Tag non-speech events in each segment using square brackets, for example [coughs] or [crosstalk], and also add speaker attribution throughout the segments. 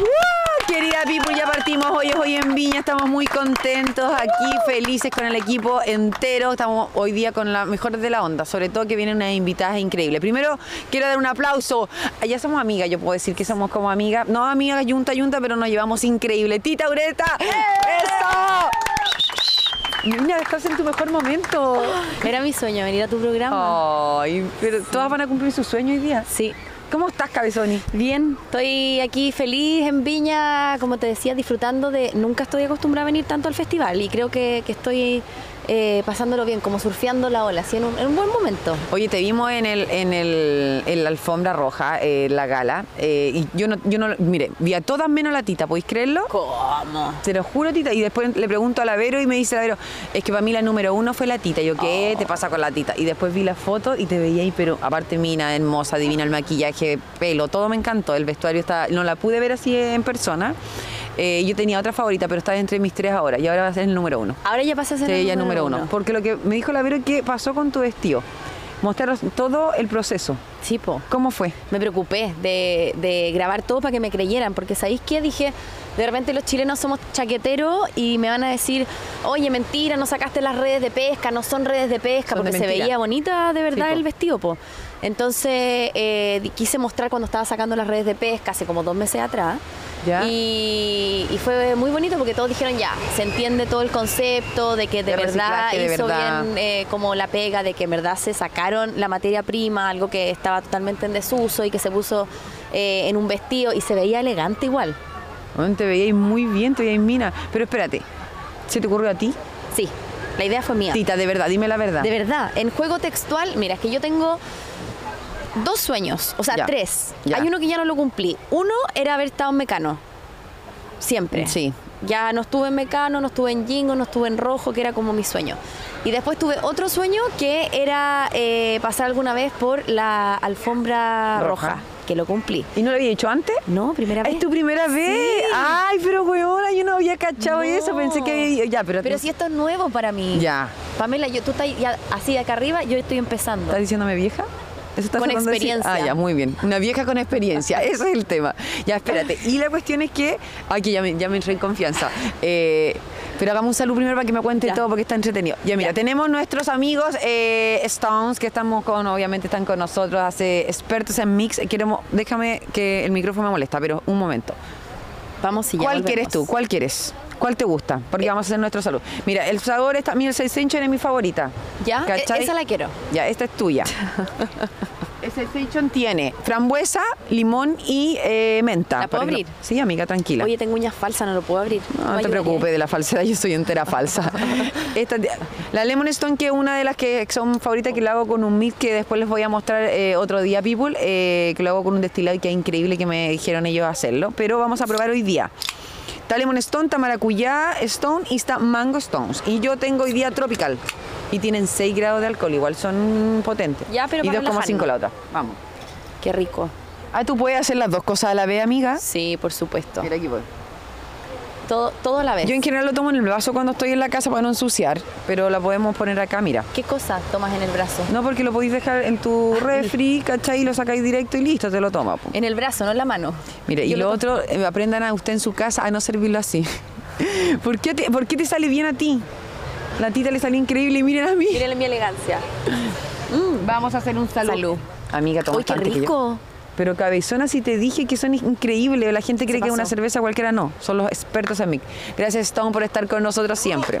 Speaker 1: Uh, querida people, ya partimos hoy, es hoy en Viña, estamos muy contentos aquí, felices con el equipo entero, estamos hoy día con la mejor de la onda, sobre todo que vienen unas invitadas increíbles. Primero quiero dar un aplauso, Ah, ya somos amigas, yo puedo decir que somos como amigas, no amigas yunta yunta, pero nos llevamos increíble. Tita Ureta, eso. Niña, estás en tu mejor momento.
Speaker 2: Era mi sueño venir a tu programa.
Speaker 1: Oh. Ay, pero todas van a cumplir su sueño hoy día.
Speaker 2: Sí.
Speaker 1: ¿Cómo estás, Cabezoni?
Speaker 2: Bien, estoy aquí feliz en Viña, como te decía, disfrutando de... Nunca estoy acostumbrada a venir tanto al festival y creo que, que estoy eh, pasándolo bien, como surfeando la ola, así en un, en un buen momento.
Speaker 1: Oye, te vimos en el, en el, en la alfombra roja, eh, la gala, eh, y yo no, yo no, mire, vi a todas menos a la tita, ¿podéis creerlo?
Speaker 2: ¿Cómo?
Speaker 1: Te lo juro, tita. Y después le pregunto a la Vero y me dice la Vero, es que para mí la número uno fue la tita. Y yo, ¿qué te pasa con la tita? Y después vi la foto y te veía ahí, pero aparte mina, hermosa, divina, el maquillaje, pelo, todo me encantó. El vestuario está, no la pude ver así en persona. Eh, yo tenía otra favorita, pero está entre mis tres ahora. Y ahora va a ser el número uno.
Speaker 2: Ahora ya pasas a
Speaker 1: Sí,
Speaker 2: ser el
Speaker 1: ella número uno. Porque lo que me dijo la Vero que pasó con tu vestido. Mostraros todo el proceso.
Speaker 2: Sí, po.
Speaker 1: ¿Cómo fue?
Speaker 2: me preocupé de, de grabar todo para que me creyeran, porque ¿sabéis qué? Dije, de repente los chilenos somos chaqueteros y me van a decir, oye, mentira, no sacaste las redes de pesca, no son redes de pesca,
Speaker 1: Son de
Speaker 2: porque se
Speaker 1: mentira.
Speaker 2: veía bonita de verdad
Speaker 1: Sí, po.
Speaker 2: el vestido, po. Entonces eh, di- quise mostrar cuando estaba sacando las redes de pesca, hace como dos meses atrás.
Speaker 1: Ya.
Speaker 2: Y, y fue muy bonito porque todos dijeron ya, se entiende todo el concepto de que de
Speaker 1: De
Speaker 2: verdad
Speaker 1: reciclaje, de
Speaker 2: hizo
Speaker 1: verdad.
Speaker 2: bien eh, como la pega de que en verdad se sacaron la materia prima, algo que estaba totalmente en desuso y que se puso eh, en un vestido y se veía elegante igual.
Speaker 1: Bueno, te veíais muy bien, te veíais mina. Pero espérate, ¿se te ocurrió a ti?
Speaker 2: Sí, la idea fue mía.
Speaker 1: Tita, de verdad, dime la verdad.
Speaker 2: De verdad, en juego textual, mira, es que yo tengo dos sueños, o sea,
Speaker 1: Ya,
Speaker 2: tres.
Speaker 1: ya.
Speaker 2: Hay uno que ya no lo cumplí. Uno era haber estado en Mecano, siempre.
Speaker 1: Sí.
Speaker 2: Ya no estuve en Mecano, no estuve en Jingo, no estuve en Rojo, que era como mi sueño. Y después tuve otro sueño que era eh, pasar alguna vez por la alfombra
Speaker 1: Roja.
Speaker 2: roja, que lo cumplí.
Speaker 1: ¿Y no lo había hecho antes?
Speaker 2: No, primera vez.
Speaker 1: ¿Es tu primera vez?
Speaker 2: Sí.
Speaker 1: Ay, pero weona, yo no había cachado
Speaker 2: No.
Speaker 1: eso. Pensé que había. Ya, pero.
Speaker 2: Pero si esto es nuevo para mí.
Speaker 1: Ya.
Speaker 2: Pamela, yo, tú estás ya así de acá arriba, yo estoy empezando.
Speaker 1: ¿Estás diciéndome vieja? Eso estás
Speaker 2: Con
Speaker 1: tratando de decir?
Speaker 2: experiencia.
Speaker 1: Ah, ya, muy bien. Una vieja con experiencia. Ese es el tema. Ya, espérate. Y la cuestión es que. Aquí ya me, ya me entré en confianza. Eh, pero hagamos un saludo primero para que me cuente
Speaker 2: Ya.
Speaker 1: todo porque está entretenido. Ya, mira,
Speaker 2: Ya.
Speaker 1: tenemos nuestros amigos eh, Stones que estamos con, obviamente están con nosotros, hace expertos en mix. Queremos, déjame que el micrófono me molesta, pero un momento.
Speaker 2: Vamos y ya
Speaker 1: ¿Cuál
Speaker 2: volvemos. Eh.
Speaker 1: quieres tú? ¿Cuál quieres? ¿Cuál te gusta? Porque vamos a hacer nuestro salud. Mira, el sabor está, mira, el 6 inches es mi favorita.
Speaker 2: ¿Ya? e-
Speaker 1: ¿Cachai?
Speaker 2: Esa la quiero.
Speaker 1: Ya, esta es [laughs] tuya. El sensation tiene frambuesa, limón y eh, menta.
Speaker 2: ¿La puedo
Speaker 1: Por ejemplo.
Speaker 2: abrir?
Speaker 1: Sí, amiga, tranquila.
Speaker 2: Oye, tengo uñas falsas, no lo puedo abrir.
Speaker 1: no
Speaker 2: ¿Me
Speaker 1: te
Speaker 2: ayudarías?
Speaker 1: preocupes de la falsedad, yo soy entera falsa.
Speaker 2: [laughs]
Speaker 1: Esta- la Lemon Stone, que es una de las que son favoritas, que la hago con un mix que después les voy a mostrar eh, otro día, people, eh, que lo hago con un destilado y que es increíble que me dijeron ellos hacerlo. Pero vamos a probar hoy día. Está Lemon Stone, está Maracuyá Stone y está Mango Stones. Y yo tengo hoy día Tropical. Y tienen 6 grados de alcohol, igual son potentes.
Speaker 2: Ya, pero
Speaker 1: y
Speaker 2: para
Speaker 1: 2,5
Speaker 2: relajarnos.
Speaker 1: la otra. Vamos.
Speaker 2: Qué rico.
Speaker 1: Ah, tú puedes hacer las dos cosas a la vez, amiga.
Speaker 2: Sí, por supuesto.
Speaker 1: aquí voy.
Speaker 2: Todo, todo a la vez.
Speaker 1: Yo en general lo tomo en el vaso cuando estoy en la casa para no ensuciar, pero la podemos poner acá, mira.
Speaker 2: ¿Qué cosa tomas en el brazo?
Speaker 1: No, porque lo podéis dejar en tu refri, ¿cachai? Y lo sacáis directo y listo, te lo toma. po.
Speaker 2: En el brazo, no en la mano.
Speaker 1: Mire, y
Speaker 2: Yo
Speaker 1: lo
Speaker 2: to-
Speaker 1: otro, eh, aprendan a usted en su casa a no servirlo así. [laughs] ¿Por qué te, por qué te sale bien a ti? La tita le salió increíble y miren a mí.
Speaker 2: Miren mi elegancia.
Speaker 1: Vamos a hacer un
Speaker 2: salud.
Speaker 1: Amiga, toma
Speaker 2: Uy, qué
Speaker 1: bastante que yo-
Speaker 2: rico.
Speaker 1: Pero cabezona, si te dije que son increíbles, la gente cree que es
Speaker 2: pasó.
Speaker 1: una cerveza cualquiera, no. Son los expertos en mix. Gracias, Stone, por estar con nosotros siempre.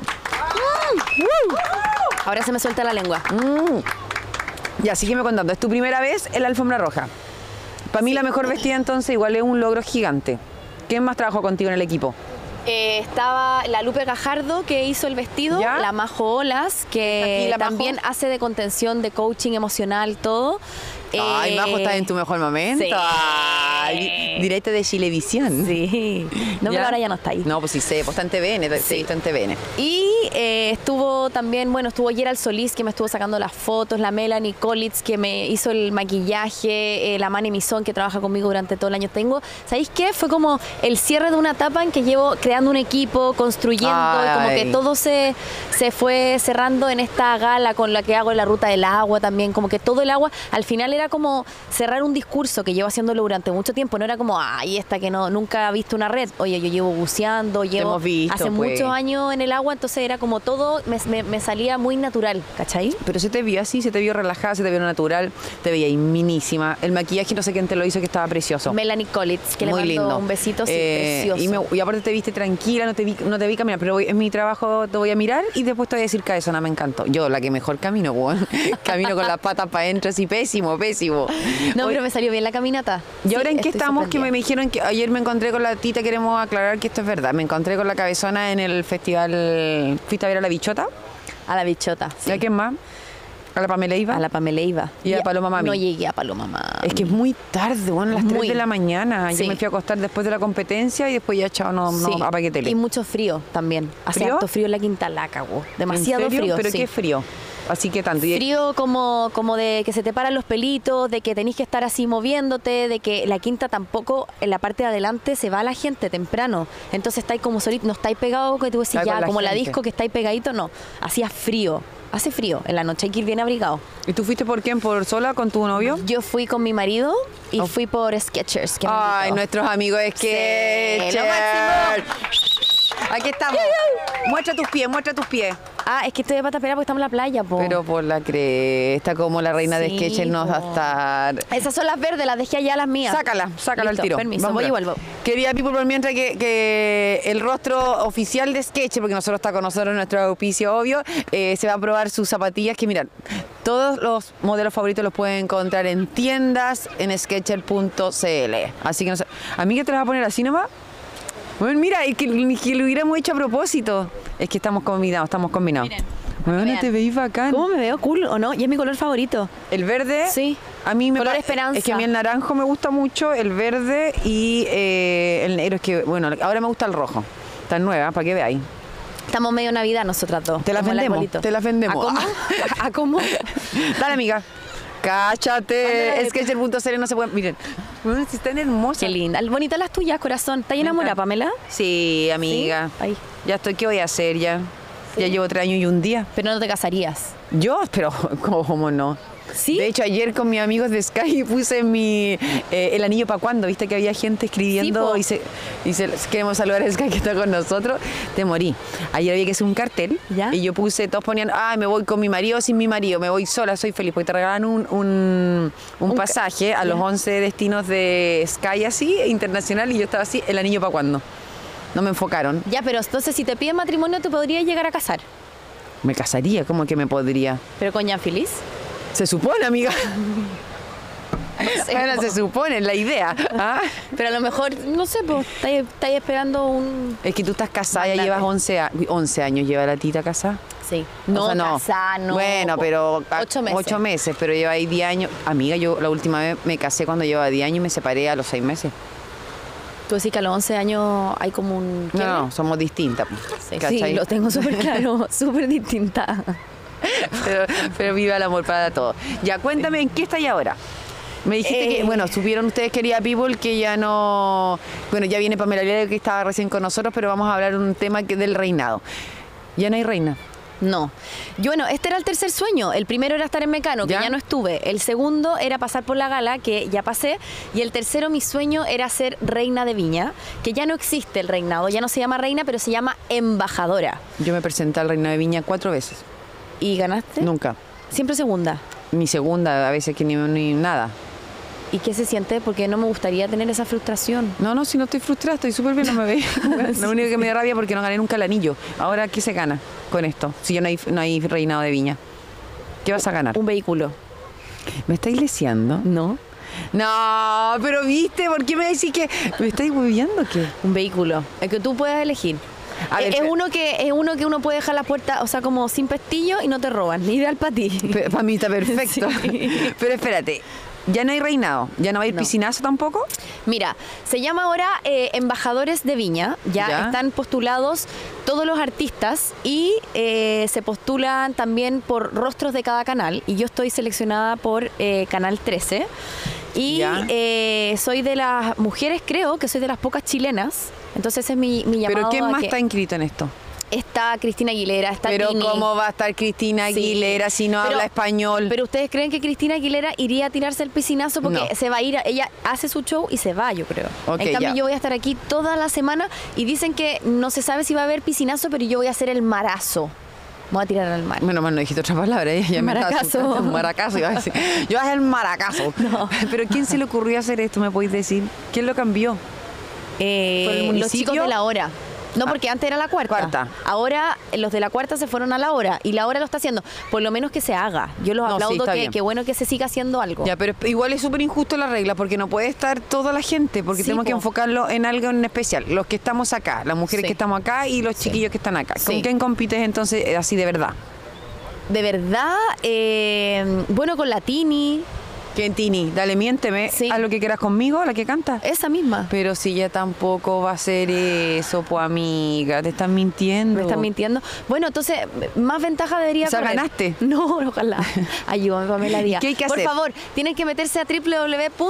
Speaker 2: Ahora se me suelta la lengua.
Speaker 1: Mm. Ya, sígueme contando. Es tu primera vez en la alfombra roja. Para mí la mejor vestida entonces igual es un logro gigante. ¿Quién más trabajó contigo en el equipo?
Speaker 2: Eh, estaba la Lupe Gajardo que hizo el vestido,
Speaker 1: ¿Ya?
Speaker 2: la Majo Olas
Speaker 1: Aquí
Speaker 2: que
Speaker 1: la Majo.
Speaker 2: también hace de contención, de coaching emocional, todo. Eh,
Speaker 1: mejor momento.
Speaker 2: Sí.
Speaker 1: Ay, directo de Chilevisión.
Speaker 2: Sí. No, pero
Speaker 1: ¿Ya?
Speaker 2: ahora ya no está ahí.
Speaker 1: No, pues sí sé, pues está en TVN, te- sí, está en TVN.
Speaker 2: Y eh, estuvo también, bueno, estuvo Gerald Solís que me estuvo sacando las fotos, la Melanie Collins que me hizo el maquillaje, eh, la Mane Mison que trabaja conmigo durante todo el año. Tengo, ¿sabéis qué? Fue como el cierre de una etapa en que llevo creando un equipo, construyendo, y como
Speaker 1: Ay.
Speaker 2: que todo se, se fue cerrando en esta gala con la que hago la ruta del agua también, como que todo el agua, al final era como cerrar un discurso que llevo haciéndolo durante mucho tiempo, no era como, ay, esta que no, nunca ha visto una red, oye, yo llevo buceando, llevo
Speaker 1: hemos visto,
Speaker 2: hace
Speaker 1: pues.
Speaker 2: muchos años en el agua, entonces era como todo, me, me- me salía muy natural, ¿cachai?
Speaker 1: Pero se te vio así, se te vio relajada, se te vio natural, te veía ahí minísima. El maquillaje no sé quién te lo hizo que estaba precioso.
Speaker 2: Melanie Collins, que
Speaker 1: Muy
Speaker 2: le mando
Speaker 1: lindo.
Speaker 2: un besito sí,
Speaker 1: Eh,
Speaker 2: precioso.
Speaker 1: Y, me- y aparte te viste tranquila, no te vi, no te vi caminar, pero voy- en mi trabajo te voy a mirar y después te voy a decir cabezona, me encantó. Yo, la que mejor camino, weón. [laughs] camino con las patas para adentro, así pésimo, pésimo.
Speaker 2: no,
Speaker 1: Oye,
Speaker 2: pero me salió bien la caminata.
Speaker 1: ¿Y ahora
Speaker 2: Sí,
Speaker 1: en qué
Speaker 2: estoy
Speaker 1: estamos? Que me,
Speaker 2: sorprendida.
Speaker 1: me dijeron que ayer me encontré con la tita, queremos aclarar que esto es verdad. Me encontré con la cabezona en el festival. ¿Fuiste a ver a la bichota?
Speaker 2: A la bichota, sí.
Speaker 1: ¿Y a quién más? ¿A la Pamela Iba?
Speaker 2: A la Pamela iba.
Speaker 1: Y a Paloma Mami.
Speaker 2: No llegué a Paloma Mami.
Speaker 1: Es que es muy tarde, bueno, las 3
Speaker 2: Muy.
Speaker 1: de la mañana.
Speaker 2: Sí.
Speaker 1: Yo me fui a acostar después de la competencia y después ya, chao, no,
Speaker 2: Sí.
Speaker 1: no apagué tele.
Speaker 2: Y mucho frío también. Hace
Speaker 1: ¿Frío?
Speaker 2: harto frío en la Quintalaca, güey.
Speaker 1: ¿En
Speaker 2: Demasiado
Speaker 1: serio?
Speaker 2: frío.
Speaker 1: Pero
Speaker 2: sí.
Speaker 1: qué frío. Así que tanto. Y-
Speaker 2: Frío como, como de que se te paran los pelitos, de que tenés que estar así moviéndote, de que la quinta tampoco, en la parte de adelante se va la gente temprano. Entonces estáis como solito, no estáis pegados, que tú decís
Speaker 1: Está con
Speaker 2: ya,
Speaker 1: la
Speaker 2: como la
Speaker 1: gente.
Speaker 2: disco que estáis pegadito, no. Hacía frío, hace frío en la noche, hay que ir bien abrigado.
Speaker 1: ¿Y tú fuiste por quién? ¿Por sola con tu novio?
Speaker 2: Yo fui con mi marido y fui por Sketchers. Que me
Speaker 1: Oh. Ay,
Speaker 2: invitó.
Speaker 1: nuestros amigos es que.
Speaker 2: Sí, lo máximo.
Speaker 1: Aquí estamos. Muestra tus pies, muestra tus pies.
Speaker 2: Ah, es que estoy de pata pera porque estamos en la playa, po.
Speaker 1: Pero por la cresta, como la reina de
Speaker 2: Sí,
Speaker 1: sketches nos va a
Speaker 2: po.
Speaker 1: estar.
Speaker 2: Esas son las verdes, las dejé allá las mías.
Speaker 1: Sácala, sácala al
Speaker 2: Listo,
Speaker 1: tiro.
Speaker 2: Permiso,
Speaker 1: Vamos
Speaker 2: voy
Speaker 1: ya.
Speaker 2: y vuelvo.
Speaker 1: Querida People, por mientras que, que el rostro oficial de Sketch, porque nosotros está con nosotros nuestro auspicio obvio, eh, se va a probar sus zapatillas que miran, todos los modelos favoritos los pueden encontrar en tiendas en sketcher.cl. Así que no sé, a mí que te las va a poner así nomás. Bueno, mira, es que, ni que lo hubiéramos hecho a propósito. Es que estamos combinados, estamos combinados.
Speaker 2: Miren,
Speaker 1: Bueno,
Speaker 2: vean.
Speaker 1: te veis bacán.
Speaker 2: ¿Cómo me veo cool o no? Y es mi color favorito.
Speaker 1: El verde.
Speaker 2: Sí.
Speaker 1: A mí me
Speaker 2: Color
Speaker 1: pa-
Speaker 2: esperanza.
Speaker 1: Es que a mí el naranjo me gusta mucho, el verde y eh, el negro. Es que, bueno, ahora me gusta el rojo. Está nueva, para que veáis.
Speaker 2: Estamos medio Navidad nosotras dos.
Speaker 1: Te las
Speaker 2: como el
Speaker 1: vendemos,
Speaker 2: arbolito.
Speaker 1: te las vendemos. Ah.
Speaker 2: ¿A cómo? [laughs]
Speaker 1: [laughs]
Speaker 2: ¿A cómo?
Speaker 1: Dale, amiga. Cáchate.
Speaker 2: Ándale.
Speaker 1: Sketcher.cl no se puede. Miren. Bueno, si están hermosas.
Speaker 2: Qué linda. Bonitas las tuyas, corazón. ¿Estás enamorada,
Speaker 1: encanta.
Speaker 2: Pamela?
Speaker 1: Sí, amiga.
Speaker 2: Sí, ahí.
Speaker 1: Ya estoy, ¿qué voy a hacer ya? Ya llevo tres años y un día.
Speaker 2: Pero no te casarías.
Speaker 1: Yo, pero [laughs] ¿cómo no?
Speaker 2: ¿Sí?
Speaker 1: De hecho, ayer con mis amigos de Sky [laughs] puse mi eh, el anillo para cuando, viste que había gente escribiendo
Speaker 2: po.
Speaker 1: y, se, y se- queremos saludar a Sky que está con nosotros. Te morí. Ayer había que hacer un cartel
Speaker 2: ¿Ya?
Speaker 1: y yo puse, todos ponían, ah, me voy con mi marido o sin mi marido, me voy sola, soy feliz, porque te regalan un, un, un
Speaker 2: Un ca-
Speaker 1: pasaje a los 11 destinos de Sky así, internacional, y yo estaba así, el anillo para cuando. No me enfocaron.
Speaker 2: Ya, pero entonces si te piden matrimonio, te podrías llegar a casar.
Speaker 1: Me casaría, ¿cómo que me podría?
Speaker 2: Pero con Jan Feliz.
Speaker 1: Se supone, amiga.
Speaker 2: [laughs]
Speaker 1: [laughs]
Speaker 2: sé,
Speaker 1: Bueno,
Speaker 2: po.
Speaker 1: se supone, la idea. ¿ah?
Speaker 2: Pero a lo mejor, no sé, pues, estáis estáis esperando un.
Speaker 1: Es que tú estás casada, ya
Speaker 2: Mandate.
Speaker 1: llevas 11, a- uy, 11 años, lleva la tita casada.
Speaker 2: Sí.
Speaker 1: O
Speaker 2: No,
Speaker 1: sea,
Speaker 2: casar, no.
Speaker 1: Bueno, pero. a-
Speaker 2: Ocho meses.
Speaker 1: Ocho meses, pero lleva ahí 10 años. Amiga, yo la última vez me casé cuando llevaba 10 años y me separé a los 6 meses.
Speaker 2: Tú decís que a los 11 años hay como un.
Speaker 1: No,
Speaker 2: quiebre.
Speaker 1: no, somos distintas. pues,
Speaker 2: Sí,
Speaker 1: ¿cachai?
Speaker 2: sí, lo tengo súper claro, súper distinta.
Speaker 1: [laughs] pero, pero viva el amor para todos. Ya, cuéntame, ¿en qué estáis ahora? Me dijiste que,
Speaker 2: Eh.
Speaker 1: bueno, supieron ustedes, querida People, que ya no. Bueno, ya viene Pamela Lera, que estaba recién con nosotros, pero vamos a hablar un tema que del reinado. Ya no hay reina.
Speaker 2: No. Yo, bueno, este era el tercer sueño. El primero era estar en Mecano, que
Speaker 1: ¿Ya?
Speaker 2: ya no estuve. El segundo era pasar por la gala, que ya pasé. Y el tercero, mi sueño era ser reina de viña, que ya no existe el reinado. Ya no se llama reina, pero se llama embajadora.
Speaker 1: Yo me presenté al reino de Viña cuatro veces.
Speaker 2: ¿Y ganaste?
Speaker 1: Nunca.
Speaker 2: Siempre segunda.
Speaker 1: Ni segunda, a veces que ni, ni nada.
Speaker 2: ¿Y qué se siente? Porque no me gustaría tener esa frustración.
Speaker 1: No, no, si no estoy frustrada, estoy súper bien, no
Speaker 2: [laughs]
Speaker 1: me ve. Lo único que me da rabia porque no gané nunca el anillo. Ahora, ¿qué se gana con esto? Si ya no hay, no hay reinado de viña. ¿Qué vas a ganar?
Speaker 2: Un vehículo.
Speaker 1: ¿Me estáis leseando?
Speaker 2: No.
Speaker 1: No, pero viste, ¿por qué me decís que me estáis hueviando o qué?
Speaker 2: Un vehículo. El que tú puedas elegir.
Speaker 1: A
Speaker 2: es,
Speaker 1: ver,
Speaker 2: es
Speaker 1: pero-
Speaker 2: uno que, es uno que uno puede dejar la puerta, o sea, como sin pestillo y no te roban. [laughs] Ideal para ti.
Speaker 1: [laughs] Para mí está perfecto. Pero espérate, Ya no hay reinado, ya no va a ir
Speaker 2: No.
Speaker 1: piscinazo tampoco.
Speaker 2: Mira, se llama ahora eh, Embajadores de Viña. Ya,
Speaker 1: Ya.
Speaker 2: están postulados todos los artistas y eh, se postulan también por rostros de cada canal. Y yo estoy seleccionada por eh, Canal 13. Y
Speaker 1: Ya.
Speaker 2: eh, soy de las mujeres, creo que soy de las pocas chilenas. Entonces ese es mi, mi llamado.
Speaker 1: Pero ¿quién
Speaker 2: a
Speaker 1: más
Speaker 2: que-
Speaker 1: está inscrito en esto?
Speaker 2: Está Cristina Aguilera, está
Speaker 1: Pero
Speaker 2: Tini.
Speaker 1: ¿cómo va a estar Cristina
Speaker 2: Sí.
Speaker 1: Aguilera si no
Speaker 2: Pero-
Speaker 1: habla español?
Speaker 2: Pero ustedes creen que Cristina Aguilera iría a tirarse el piscinazo porque
Speaker 1: No.
Speaker 2: se va a ir, a- ella hace su show y se va, yo creo.
Speaker 1: Ok,
Speaker 2: en cambio
Speaker 1: ya.
Speaker 2: yo voy a estar aquí toda la semana y dicen que no se sabe si va a haber piscinazo, pero yo voy a hacer el marazo. Me voy a tirar al mar.
Speaker 1: Menos mal no dijiste otra palabra, ¿eh? ya me estaba
Speaker 2: Maracazo.
Speaker 1: asustando. maracazo iba a decir. Yo voy a hacer maracazo. Pero ¿quién se le ocurrió hacer esto, me podéis decir? ¿Quién lo cambió?
Speaker 2: Eh,
Speaker 1: ¿Por el
Speaker 2: los
Speaker 1: municipio?
Speaker 2: chicos de la hora. No,
Speaker 1: Ah.
Speaker 2: porque antes era la cuarta.
Speaker 1: Cuarta.
Speaker 2: Ahora eh, los de la cuarta se fueron a la hora y la hora lo está haciendo. Por lo menos que se haga. Yo los
Speaker 1: No, sí,
Speaker 2: aplaudo
Speaker 1: está
Speaker 2: que,
Speaker 1: bien.
Speaker 2: que bueno que se siga haciendo algo.
Speaker 1: Ya, pero igual es súper injusto la regla porque no puede estar toda la gente porque
Speaker 2: Sí,
Speaker 1: tenemos que
Speaker 2: po.
Speaker 1: enfocarlo en algo en especial. Los que estamos acá, las mujeres
Speaker 2: Sí.
Speaker 1: que estamos acá y los
Speaker 2: Sí.
Speaker 1: chiquillos que están acá. ¿Con
Speaker 2: Sí.
Speaker 1: quién compites entonces eh, así de verdad?
Speaker 2: De verdad, eh, bueno con la Tini,
Speaker 1: Quentini, dale, miénteme
Speaker 2: Sí.
Speaker 1: a lo que quieras conmigo, la que canta.
Speaker 2: esa misma.
Speaker 1: Pero si ya tampoco va a ser eso, pues amiga, te están mintiendo.
Speaker 2: Me están mintiendo. Bueno, entonces, más ventaja debería
Speaker 1: O sea,
Speaker 2: correr.
Speaker 1: ganaste.
Speaker 2: [laughs] No, ojalá. Ayúdame,
Speaker 1: [laughs]
Speaker 2: Pamela Díaz.
Speaker 1: ¿Qué hay que
Speaker 2: Por
Speaker 1: hacer?
Speaker 2: favor, tienen que meterse a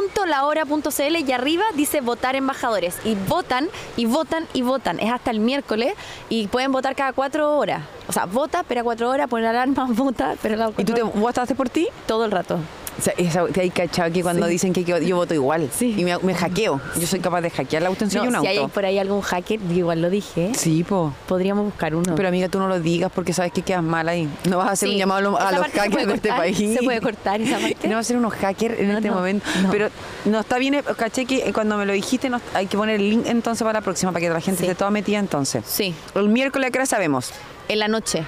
Speaker 2: www.lahora.cl y arriba dice votar embajadores. Y votan, y votan, y votan. Es hasta el miércoles y pueden votar cada cuatro horas. O sea, vota, espera cuatro horas, pone alarma, [laughs] vota, pero la
Speaker 1: ¿Y tú te votaste por ti?
Speaker 2: Todo el rato.
Speaker 1: O sea, esa- te hay cachado que cuando
Speaker 2: Sí.
Speaker 1: dicen que yo, yo voto igual.
Speaker 2: Sí.
Speaker 1: Y me, me hackeo. Yo soy capaz de hackear la auto
Speaker 2: No,
Speaker 1: soy un
Speaker 2: si hay
Speaker 1: auto.
Speaker 2: por ahí algún hacker, yo igual lo dije.
Speaker 1: Sí, po.
Speaker 2: Podríamos buscar uno.
Speaker 1: Pero amiga, tú no lo digas porque sabes que quedas mal ahí. No vas a hacer
Speaker 2: Sí.
Speaker 1: un llamado a lo- a
Speaker 2: Esa
Speaker 1: los
Speaker 2: parte se
Speaker 1: hackers
Speaker 2: puede
Speaker 1: de este
Speaker 2: cortar,
Speaker 1: país.
Speaker 2: se puede
Speaker 1: [laughs]
Speaker 2: cortar esa parte.
Speaker 1: No vas a ser unos hackers en
Speaker 2: No,
Speaker 1: este
Speaker 2: no,
Speaker 1: momento.
Speaker 2: no.
Speaker 1: Pero no está bien, eh, caché que eh, cuando me lo dijiste no- hay que poner el link entonces para la próxima, para que la gente
Speaker 2: Sí.
Speaker 1: esté toda metida entonces.
Speaker 2: Sí,
Speaker 1: El miércoles que sabemos.
Speaker 2: en la noche.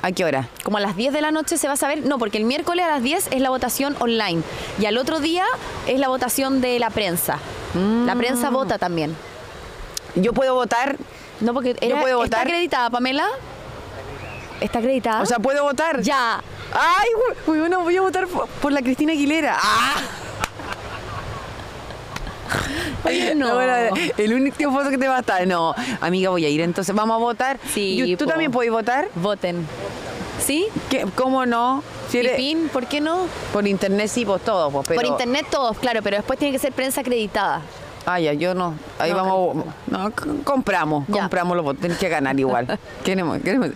Speaker 1: ¿A qué hora?
Speaker 2: Como a las 10 de la noche se va a saber, no, porque el miércoles a las 10 es la votación online y al otro día es la votación de la prensa. La prensa vota también.
Speaker 1: Yo puedo votar,
Speaker 2: No, porque era-
Speaker 1: puedo
Speaker 2: está
Speaker 1: votar?
Speaker 2: acreditada, Pamela. ¿Está acreditada?
Speaker 1: o sea, puedo votar.
Speaker 2: Ah. ya.
Speaker 1: Ay, güey, bueno, voy a votar por, por la Cristina Aguilera. ¡Ah!
Speaker 2: [laughs] Oye, no.
Speaker 1: Ahora, el único voto que te va a estar. No, amiga, voy a ir. Entonces, vamos a votar.
Speaker 2: Sí,
Speaker 1: Y ¿Tú
Speaker 2: po.
Speaker 1: también puedes votar?
Speaker 2: Voten. ¿Sí?
Speaker 1: ¿Qué- ¿Cómo no? Si eres-
Speaker 2: Pipín, ¿por qué no?
Speaker 1: por internet sí, pues todos. Pues, pero-
Speaker 2: Por internet todos, claro, pero después tiene que ser prensa acreditada.
Speaker 1: Ah, ya, yo no. Ahí
Speaker 2: No,
Speaker 1: vamos. No, c- compramos.
Speaker 2: Ya.
Speaker 1: Compramos los votos. Tenés que ganar
Speaker 2: [laughs]
Speaker 1: igual. queremos, queremos.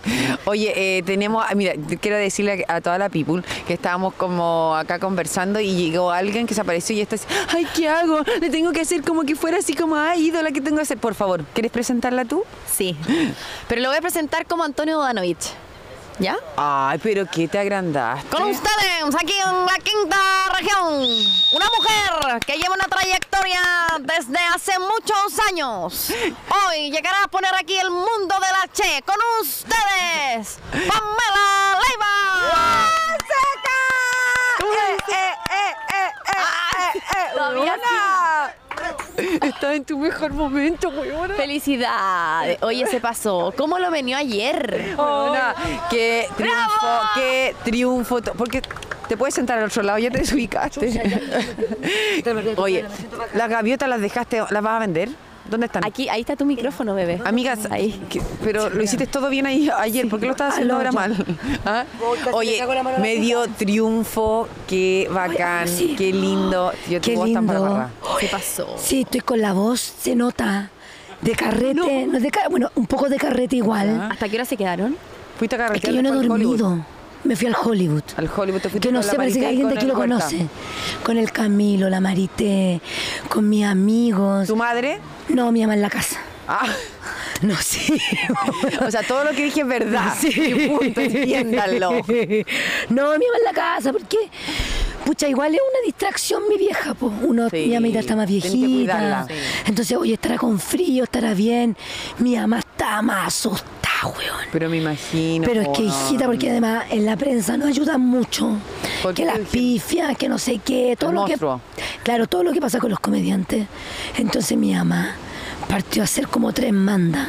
Speaker 1: Oye, eh, tenemos. ah, Mira, te quiero decirle a a toda la people que estábamos como acá conversando y llegó alguien que se apareció y está así. Ay, ¿qué hago? Le tengo que hacer como que fuera así como, ay, ídola, ¿qué tengo que hacer? Por favor, ¿quieres presentarla tú?
Speaker 2: [laughs] Sí. Pero lo voy a presentar como Antonio Bodanovich. ¿Ya?
Speaker 1: Ay, pero qué te agrandaste.
Speaker 2: Con ustedes, aquí en la quinta región, una mujer que lleva una trayectoria desde hace muchos años. Hoy llegará a poner aquí el mundo de la Che con ustedes, Pamela Leiva.
Speaker 1: Eh, eh, eh, eh, eh, eh,
Speaker 2: Todavía
Speaker 1: huevona. Estás en tu mejor momento, huevona.
Speaker 2: Felicidades. Oye, se pasó. ¿Cómo lo venió ayer?
Speaker 1: Huevona, qué triunfo,
Speaker 2: ¡Bravo!
Speaker 1: qué triunfo. to- Porque te puedes sentar al otro lado, ya te desubicaste. [laughs] Oye, las gaviotas las dejaste, ¿las vas a vender? ¿Dónde están?
Speaker 2: Aquí, ahí está tu micrófono, bebé.
Speaker 1: Amigas,
Speaker 2: ahí.
Speaker 1: que- pero lo hiciste todo bien ahí, ayer, ¿por qué lo estás haciendo
Speaker 2: no,
Speaker 1: ahora
Speaker 2: ya.
Speaker 1: mal? [laughs] ¿Ah?
Speaker 3: Puta, si le
Speaker 1: Oye,
Speaker 3: cago la mano a la
Speaker 1: medio triunfo, qué bacán,
Speaker 3: sí.
Speaker 1: qué lindo. Yo
Speaker 3: Qué
Speaker 1: tengo voz tan para
Speaker 3: lindo.
Speaker 1: barra.
Speaker 2: ¿Qué pasó?
Speaker 3: Sí, estoy con la voz, se nota. De carrete, no es de ca- bueno, un poco de carrete igual.
Speaker 2: ¿Hasta qué hora se quedaron?
Speaker 1: Fuiste a
Speaker 3: Es
Speaker 1: carretear
Speaker 3: que yo no he
Speaker 1: después al
Speaker 3: dormido.
Speaker 1: Hollywood.
Speaker 3: Me fui al Hollywood.
Speaker 1: Al Hollywood te fuiste
Speaker 3: Que no
Speaker 1: con la
Speaker 3: sé, parece que
Speaker 1: Marité y
Speaker 3: alguien
Speaker 1: con
Speaker 3: de aquí
Speaker 1: el
Speaker 3: lo
Speaker 1: Huerta.
Speaker 3: conoce. Con el Camilo, la Marité, con mis amigos.
Speaker 1: ¿Tu madre?
Speaker 3: No, mi mamá en la casa. [laughs]
Speaker 1: Ah, [laughs]
Speaker 3: No, sí. [laughs]
Speaker 1: o sea, todo lo que dije es verdad.
Speaker 3: Sí.
Speaker 1: Y punto,
Speaker 3: [laughs]
Speaker 1: entiéndanlo.
Speaker 3: No, mi mamá en la casa, porque. Pucha, igual es una distracción mi vieja, pues. Uno,
Speaker 1: Sí,
Speaker 3: mi mamita está más
Speaker 1: tenés que cuidarla.
Speaker 3: viejita.
Speaker 1: Sí.
Speaker 3: Entonces, oye, estará con frío, estará bien. Mi mamá está más asustada, weón.
Speaker 1: Pero me imagino.
Speaker 3: Pero es que,
Speaker 1: po,
Speaker 3: hijita, porque además en la prensa no ayuda mucho.
Speaker 1: ¿Por
Speaker 3: Que
Speaker 1: qué,
Speaker 3: las
Speaker 1: hijita?
Speaker 3: pifias, que no sé qué, todo
Speaker 1: El
Speaker 3: lo
Speaker 1: monstruo.
Speaker 3: que. Claro, todo lo que pasa con los comediantes. Entonces mi mamá partió a hacer como tres mandas.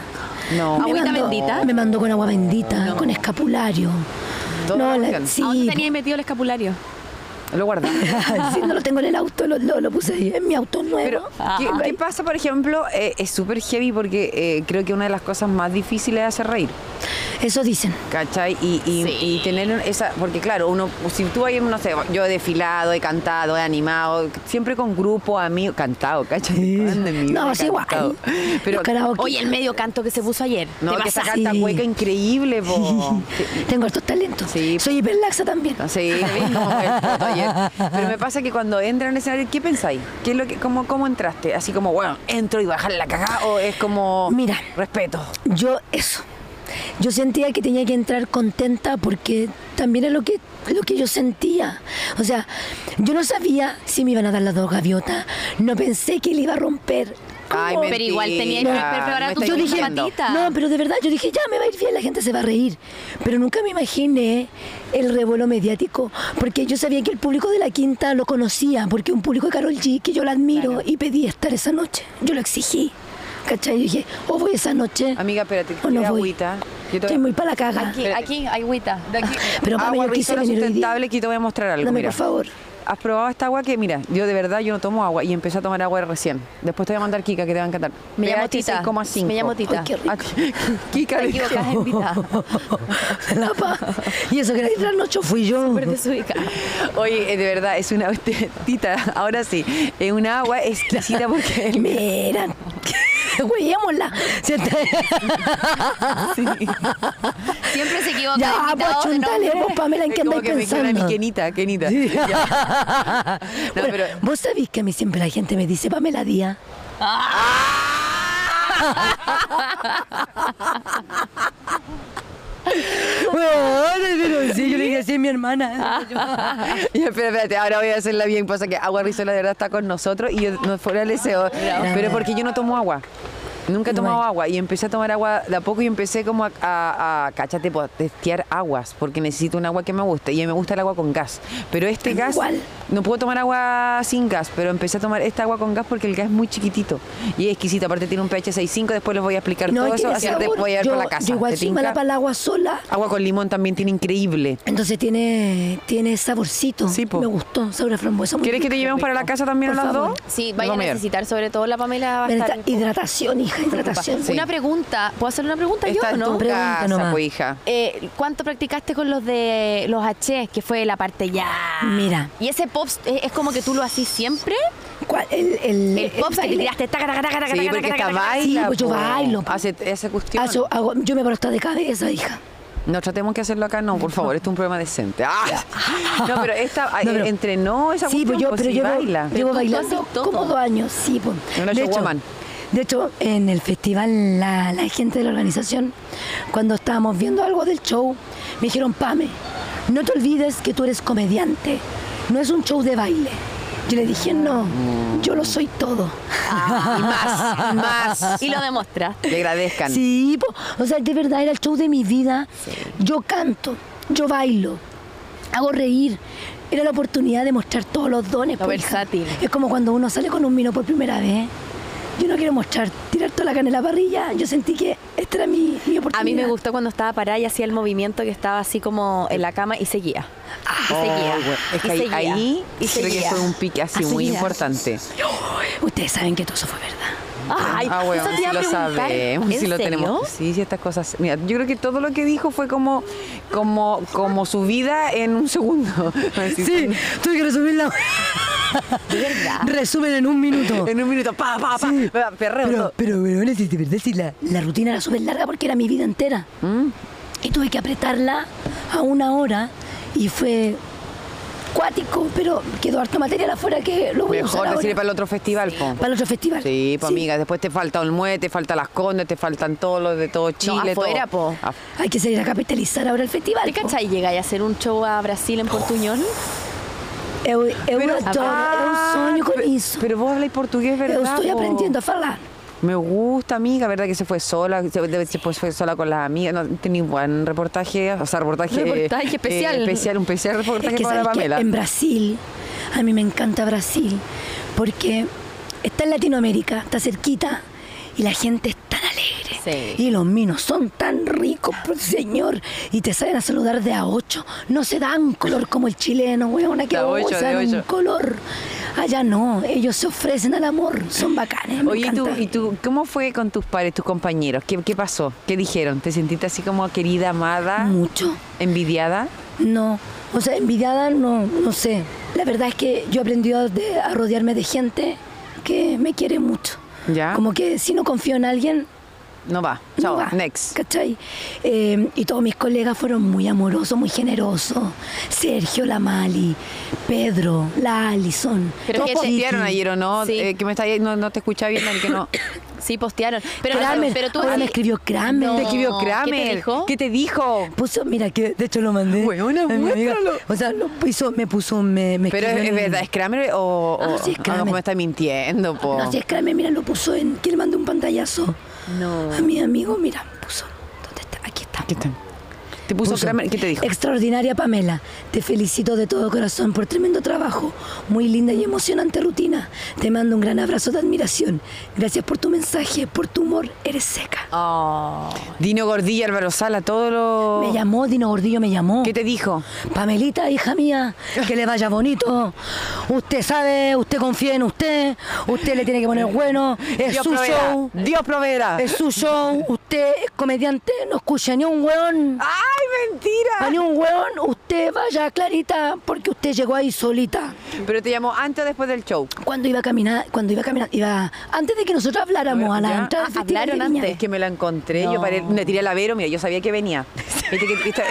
Speaker 1: No.
Speaker 3: Me
Speaker 2: ¿Agüita
Speaker 3: mandó-
Speaker 2: bendita?
Speaker 3: Me mandó con agua bendita, con escapulario.
Speaker 1: Toda
Speaker 3: No,
Speaker 1: la
Speaker 3: la-
Speaker 1: cuestión.
Speaker 3: sí, pues,
Speaker 2: ¿A dónde Ah, tenías metido el escapulario?
Speaker 1: Lo guardamos.
Speaker 3: [laughs] si no lo tengo en el auto, lo, lo- lo puse ahí, en mi auto nuevo.
Speaker 1: Pero, ¿qué,
Speaker 3: Ahí.
Speaker 1: qué pasa, por ejemplo? Eh, es súper heavy porque eh, creo que una de las cosas más difíciles es hacer reír,
Speaker 3: Eso dicen.
Speaker 1: ¿cachai? Y, y-
Speaker 2: Sí.
Speaker 1: y tener un- esa. Porque, claro, uno, si tú hay, no sé, yo he desfilado, he cantado, he animado, siempre con grupo, amigos, cantado, ¿cachai? Ande, mi vida,
Speaker 3: No, es igual.
Speaker 1: cantado. Pero,
Speaker 3: Los karaoke.
Speaker 2: Oye, el medio canto que se puso ayer.
Speaker 1: no,
Speaker 2: te
Speaker 1: que esa
Speaker 2: pasaste.
Speaker 1: canta
Speaker 3: Sí.
Speaker 1: hueca increíble, po. Que-
Speaker 3: Tengo estos talentos.
Speaker 1: Sí.
Speaker 3: Soy hiperlaxa también.
Speaker 1: Sí, vi cómo fue el foto ayer. Pero me pasa que cuando entran en el escenario, ¿qué pensáis? ¿Qué es lo que, cómo, ¿Cómo entraste? Así como, bueno, entro y bajar la cagada o es como
Speaker 3: Mira.
Speaker 1: respeto.
Speaker 3: Yo, eso. Yo sentía que tenía que entrar contenta porque también era lo que, lo que yo sentía. O sea, yo no sabía si me iban a dar las dos gaviotas. No pensé que le iba a romper.
Speaker 1: Ay,
Speaker 3: ¿Cómo?
Speaker 2: Pero igual tenía que
Speaker 1: mentira,
Speaker 2: preparar
Speaker 1: me
Speaker 2: tus
Speaker 1: estáis
Speaker 2: zapatillas.
Speaker 1: mintiendo.
Speaker 2: zapatita.
Speaker 3: No, pero de verdad, yo dije, ya me va a ir bien, la gente se va a reír. Pero nunca me imaginé el revuelo mediático, porque yo sabía que el público de la quinta lo conocía, porque un público de Carol G, que yo la admiro, y pedí estar esa noche. Yo lo exigí. ¿Cachai? Yo dije, o voy esa noche.
Speaker 1: Amiga, espérate,
Speaker 3: o no
Speaker 1: tira
Speaker 3: voy.
Speaker 1: agüita. Yo te-
Speaker 3: Estoy muy para la caga.
Speaker 2: Aquí, aquí, agüita.
Speaker 1: De
Speaker 2: [laughs]
Speaker 1: aquí,
Speaker 3: Pero, mami,
Speaker 1: agua
Speaker 3: yo quise
Speaker 1: Rizola
Speaker 3: venir hoy día.
Speaker 1: sustentable, que te voy a mostrar algo.
Speaker 3: Dame,
Speaker 1: mira.
Speaker 3: por favor. [laughs]
Speaker 1: Has probado esta agua que, mira, yo de verdad yo no tomo agua y empecé a tomar agua recién. Después te voy a mandar Kika, que te este va a encantar.
Speaker 2: Me llamo
Speaker 1: pH
Speaker 2: Tita.
Speaker 1: 6,5.
Speaker 2: Me llamo Tita.
Speaker 3: Ay, qué rico.
Speaker 1: Ah, [laughs] Kika,
Speaker 2: Te
Speaker 1: le-
Speaker 2: equivocas en vida.
Speaker 3: La pa- Y eso que la otra noche fui yo.
Speaker 2: Pero desubica.
Speaker 1: Oye, eh, de verdad, es una [laughs] tita, ahora sí, es una agua exquisita porque
Speaker 3: [laughs]
Speaker 1: el-
Speaker 3: Mira. Güeyémosla. ¿cierto?
Speaker 1: [laughs]
Speaker 2: Siempre se equivoca.
Speaker 3: Ya,
Speaker 2: invitado
Speaker 3: pues
Speaker 2: de
Speaker 3: chuntale,
Speaker 2: nombre.
Speaker 3: vos, Pamela, ¿en
Speaker 1: es
Speaker 3: qué
Speaker 1: como
Speaker 3: andáis
Speaker 1: que me queda mi
Speaker 3: pensando?
Speaker 1: Kenita, Kenita. Ya. No,
Speaker 3: Bueno,
Speaker 1: pero
Speaker 3: Vos sabés que a mí siempre la gente me dice, Pamela
Speaker 1: [laughs]
Speaker 3: Díaz. Bueno, pero sí, yo le dije así a mi hermana.
Speaker 1: [laughs] Ya, espera, espérate, ahora voy a hacerla bien. Pasa que Agua Rizola de verdad está con nosotros y yo no fuera el
Speaker 3: Ah,
Speaker 1: deseo. Pero porque yo no tomo agua. Nunca he tomado
Speaker 3: Bueno.
Speaker 1: agua y empecé a tomar agua de a poco y empecé como a, a, a cáchate, po, a testear aguas porque necesito un agua que me guste y me gusta el agua con gas. Pero este
Speaker 3: Es
Speaker 1: gas,
Speaker 3: Ah, igual.
Speaker 1: no puedo tomar agua sin gas, pero empecé a tomar esta agua con gas porque el gas es muy chiquitito y es exquisito. Aparte tiene un pH 6.5, después les voy a explicar todo
Speaker 3: es que
Speaker 1: eso,
Speaker 3: de
Speaker 1: así que te
Speaker 3: sabor,
Speaker 1: voy a ir
Speaker 3: yo,
Speaker 1: por la casa.
Speaker 3: Yo igual
Speaker 1: ¿Te
Speaker 3: soy
Speaker 1: tinca?
Speaker 3: mala para el agua sola.
Speaker 1: Agua con limón también tiene increíble.
Speaker 3: Entonces tiene, tiene saborcito.
Speaker 1: Sí, po.
Speaker 3: Me gustó, sabor a frambuesa. muy
Speaker 1: ¿Quieres que te
Speaker 3: rico.
Speaker 1: llevemos para la casa también a
Speaker 3: Por
Speaker 1: las
Speaker 3: favor.
Speaker 1: dos?
Speaker 2: Sí,
Speaker 1: No
Speaker 2: vaya a
Speaker 1: comer.
Speaker 2: necesitar sobre todo la Pamela. Va a
Speaker 3: Necesita
Speaker 2: estar un poco
Speaker 3: hidratación, hija, hidratación.
Speaker 2: preocupada. Una pregunta. ¿Puedo hacer una pregunta
Speaker 1: Está
Speaker 2: yo o
Speaker 1: en
Speaker 2: no?
Speaker 1: tu
Speaker 3: Pregunta
Speaker 1: casa,
Speaker 3: nomás.
Speaker 1: pues, hija.
Speaker 2: Eh, ¿Cuánto practicaste con los de los H, que fue la parte ya?
Speaker 3: Mira.
Speaker 2: ¿Y ese pop es, es como que tú lo hacís siempre?
Speaker 3: ¿Cuál? El, el,
Speaker 2: El pop que te
Speaker 3: baile.
Speaker 2: tiraste. taca, taca, taca, taca,
Speaker 1: Sí,
Speaker 2: taca,
Speaker 1: porque
Speaker 2: taca,
Speaker 1: esta
Speaker 2: taca, taca.
Speaker 1: baila.
Speaker 3: Sí, pues yo
Speaker 1: po.
Speaker 3: bailo, po.
Speaker 1: Hace esa cuestión.
Speaker 3: Ah, yo, hago- yo me paro hasta de cabeza, hija.
Speaker 1: No tratemos que hacerlo acá, no, por favor, esto es un problema decente. Ah. [laughs] No, pero esta ah,
Speaker 3: No, pero-
Speaker 1: entrenó esa
Speaker 3: Sí,
Speaker 1: cuestión,
Speaker 3: pues yo,
Speaker 1: pues,
Speaker 3: pero
Speaker 1: sí,
Speaker 3: yo llevo-
Speaker 1: baila.
Speaker 3: llevo
Speaker 2: Pero tú
Speaker 3: bailando
Speaker 2: haces todo.
Speaker 3: como dos años, sí, pues.
Speaker 1: Una showwoman.
Speaker 3: de hecho, en el festival, la, la gente de la organización, cuando estábamos viendo algo del show, me dijeron, Pame, no te olvides que tú eres comediante, no es un show de baile. Yo le dije, no, yo lo soy todo.
Speaker 1: Ah, Y más, y más.
Speaker 2: Y lo demuestra.
Speaker 1: Le agradezcan.
Speaker 3: Sí, po. o sea, de verdad era el show de mi vida. Yo canto, yo bailo, hago reír. Era la oportunidad de mostrar todos los dones.
Speaker 2: Lo
Speaker 3: po, hija.
Speaker 2: versátil.
Speaker 3: Es como cuando uno sale con un vino por primera vez. Yo no quiero mostrar, tirar toda la carne en la parrilla. Yo sentí que esta era mi, mi oportunidad.
Speaker 2: A mí me gustó cuando estaba parada y hacía el movimiento que estaba así como en la cama y seguía. Y
Speaker 1: Oh,
Speaker 2: seguía.
Speaker 1: bueno, es que
Speaker 2: y
Speaker 1: ahí,
Speaker 2: seguía.
Speaker 1: ahí
Speaker 2: y
Speaker 1: creo que
Speaker 2: seguía.
Speaker 1: fue un pique así
Speaker 3: Ah,
Speaker 1: muy
Speaker 3: seguía.
Speaker 1: importante.
Speaker 3: Ustedes saben que todo eso fue verdad.
Speaker 2: Ay,
Speaker 1: ah, bueno,
Speaker 2: eso te
Speaker 1: si
Speaker 2: iba a
Speaker 1: lo
Speaker 2: preguntar.
Speaker 1: sabemos,
Speaker 2: ¿En
Speaker 1: si lo
Speaker 2: serio?
Speaker 1: tenemos. [laughs] Sí, sí, estas cosas. Mira, yo creo que todo lo que dijo fue como, como, como su vida en un segundo. [laughs] Así,
Speaker 3: tuve que resumirla.
Speaker 2: [laughs] De verdad.
Speaker 3: Resumen en un minuto.
Speaker 1: En un minuto, pa, pa, pa,
Speaker 3: Sí.
Speaker 1: pa, perreo todo.
Speaker 3: Pero, pero, bueno, si te perdés, si la, la rutina era súper larga porque era mi vida entera.
Speaker 1: ¿Mm?
Speaker 3: Y tuve que apretarla a una hora y fue cuático, pero quedó harto material afuera que lo voy a
Speaker 1: Mejor
Speaker 3: usar
Speaker 1: decirle
Speaker 3: ahora.
Speaker 1: para el otro festival, po.
Speaker 3: Para el otro festival.
Speaker 1: Sí, pues amiga, después te falta Olmué, te falta Las Condes, te faltan todos los de todo Chile.
Speaker 2: afuera,
Speaker 1: todo.
Speaker 2: po.
Speaker 1: Ah,
Speaker 3: Hay que salir a capitalizar ahora el festival.
Speaker 2: ¿Te
Speaker 3: po.
Speaker 2: cachai? Llegáis a hacer un show a Brasil en Portuñol.
Speaker 3: Es un- es un
Speaker 1: Pero-
Speaker 3: adorno, es un sueño con
Speaker 1: pe-
Speaker 3: eso.
Speaker 1: Pero vos habláis portugués, ¿verdad?
Speaker 3: Yo estoy
Speaker 1: po?
Speaker 3: aprendiendo a hablar.
Speaker 1: Me gusta, amiga, ¿verdad? Que se fue sola, se, de- se fue- fue sola con las amigas. No, tenía un buen reportaje, o sea, reportaje. eh,
Speaker 2: Reportaje especial.
Speaker 1: especial, un especial
Speaker 3: Es
Speaker 1: reportaje
Speaker 3: que,
Speaker 1: para la
Speaker 3: ¿sabes qué?
Speaker 1: Pamela.
Speaker 3: en Brasil, a mí me encanta Brasil, porque está en Latinoamérica, está cerquita, y la gente es tan alegre,
Speaker 2: Sí.
Speaker 3: Y los minos son tan ricos, por señor. Y te salen a saludar de a ocho. No se dan color como el chileno, weona, que
Speaker 1: De a ocho,
Speaker 3: usan
Speaker 1: de
Speaker 3: un
Speaker 1: ocho.
Speaker 3: color. Allá no, ellos se ofrecen al amor, son bacanes. me
Speaker 1: Oye, ¿y tú,
Speaker 3: encanta.
Speaker 1: ¿y tú cómo fue con tus pares, tus compañeros? ¿Qué, qué pasó? ¿Qué dijeron? ¿Te sentiste así como querida, amada,
Speaker 3: Mucho.
Speaker 1: envidiada?
Speaker 3: No, o sea, envidiada no, no sé. La verdad es que yo aprendí a, de- a rodearme de gente que me quiere mucho.
Speaker 1: Ya.
Speaker 3: Como que si no confío en alguien,
Speaker 1: No va.
Speaker 3: no
Speaker 1: Chao.
Speaker 3: va,
Speaker 1: Next.
Speaker 3: ¿Cachai? Eh, y todos mis colegas fueron muy amorosos, muy generosos. Sergio, la Mali, Pedro, la Alison.
Speaker 2: Pero
Speaker 1: ¿Todos
Speaker 2: que te-
Speaker 1: postearon ayer o no?
Speaker 2: Sí.
Speaker 1: Eh, que me está, no, no te escuchaba bien, Dani, que
Speaker 3: [coughs]
Speaker 1: no.
Speaker 2: Sí, postearon. Pero,
Speaker 3: Kramer,
Speaker 2: pero tú.
Speaker 3: ahora
Speaker 2: sí-
Speaker 3: me escribió Kramer.
Speaker 2: No.
Speaker 1: Te escribió
Speaker 2: ¿qué te
Speaker 1: Kramer.
Speaker 2: dijo?
Speaker 1: ¿Qué te dijo?
Speaker 3: Puso, mira, que de hecho lo mandé.
Speaker 1: Weona,
Speaker 3: a mi amiga.
Speaker 1: muéstralo.
Speaker 3: O sea, lo puso, me puso, me, me
Speaker 1: Pero
Speaker 3: escribió
Speaker 1: es,
Speaker 3: en-
Speaker 1: verdad, ¿es Kramer o, o-
Speaker 3: Ah, no, sí, es
Speaker 1: a lo
Speaker 3: Kramer.
Speaker 1: mejor me está mintiendo? Po.
Speaker 3: No, si es Kramer, mira, lo puso en. ¿Quién le mandó un pantallazo?
Speaker 1: No.
Speaker 3: A mi amigo, mira, puso. ¿Dónde está? Aquí está.
Speaker 1: ¿Qué tal? ¿Te puso,
Speaker 3: Puso,
Speaker 1: Kramer? ¿Qué te dijo?
Speaker 3: Extraordinaria Pamela, te felicito de todo corazón por tremendo trabajo, muy linda y emocionante rutina. Te mando un gran abrazo de admiración. Gracias por tu mensaje, por tu humor, eres seca.
Speaker 2: Oh.
Speaker 1: Dino Gordillo, Álvaro Sala, todo lo.
Speaker 3: Me llamó, Dino Gordillo me llamó.
Speaker 1: Oh. ¿Qué te dijo?
Speaker 3: Pamelita, hija mía, que le vaya bonito. Usted sabe, usted confía en usted, usted le tiene que poner bueno, es
Speaker 1: Dios
Speaker 3: su
Speaker 1: proveerá.
Speaker 3: show.
Speaker 1: Dios proveerá.
Speaker 3: Es su show, usted es comediante, no escucha ni un hueón.
Speaker 1: ¡Ay,
Speaker 3: A
Speaker 1: mentira!
Speaker 3: ni un hueón, usted vaya clarita, porque usted llegó ahí solita.
Speaker 1: Pero te llamó antes o después del show.
Speaker 3: Cuando iba a caminar, cuando iba a caminar, iba antes de que nosotros habláramos a la
Speaker 1: Ya.
Speaker 3: entrada.
Speaker 2: Ah,
Speaker 3: del Festival
Speaker 2: hablaron
Speaker 3: de Viña.
Speaker 1: Es que me la encontré, yo
Speaker 2: No.
Speaker 1: paré, me tiré al avero, mira, yo sabía que
Speaker 3: [laughs]
Speaker 1: venía. Viste que- que está-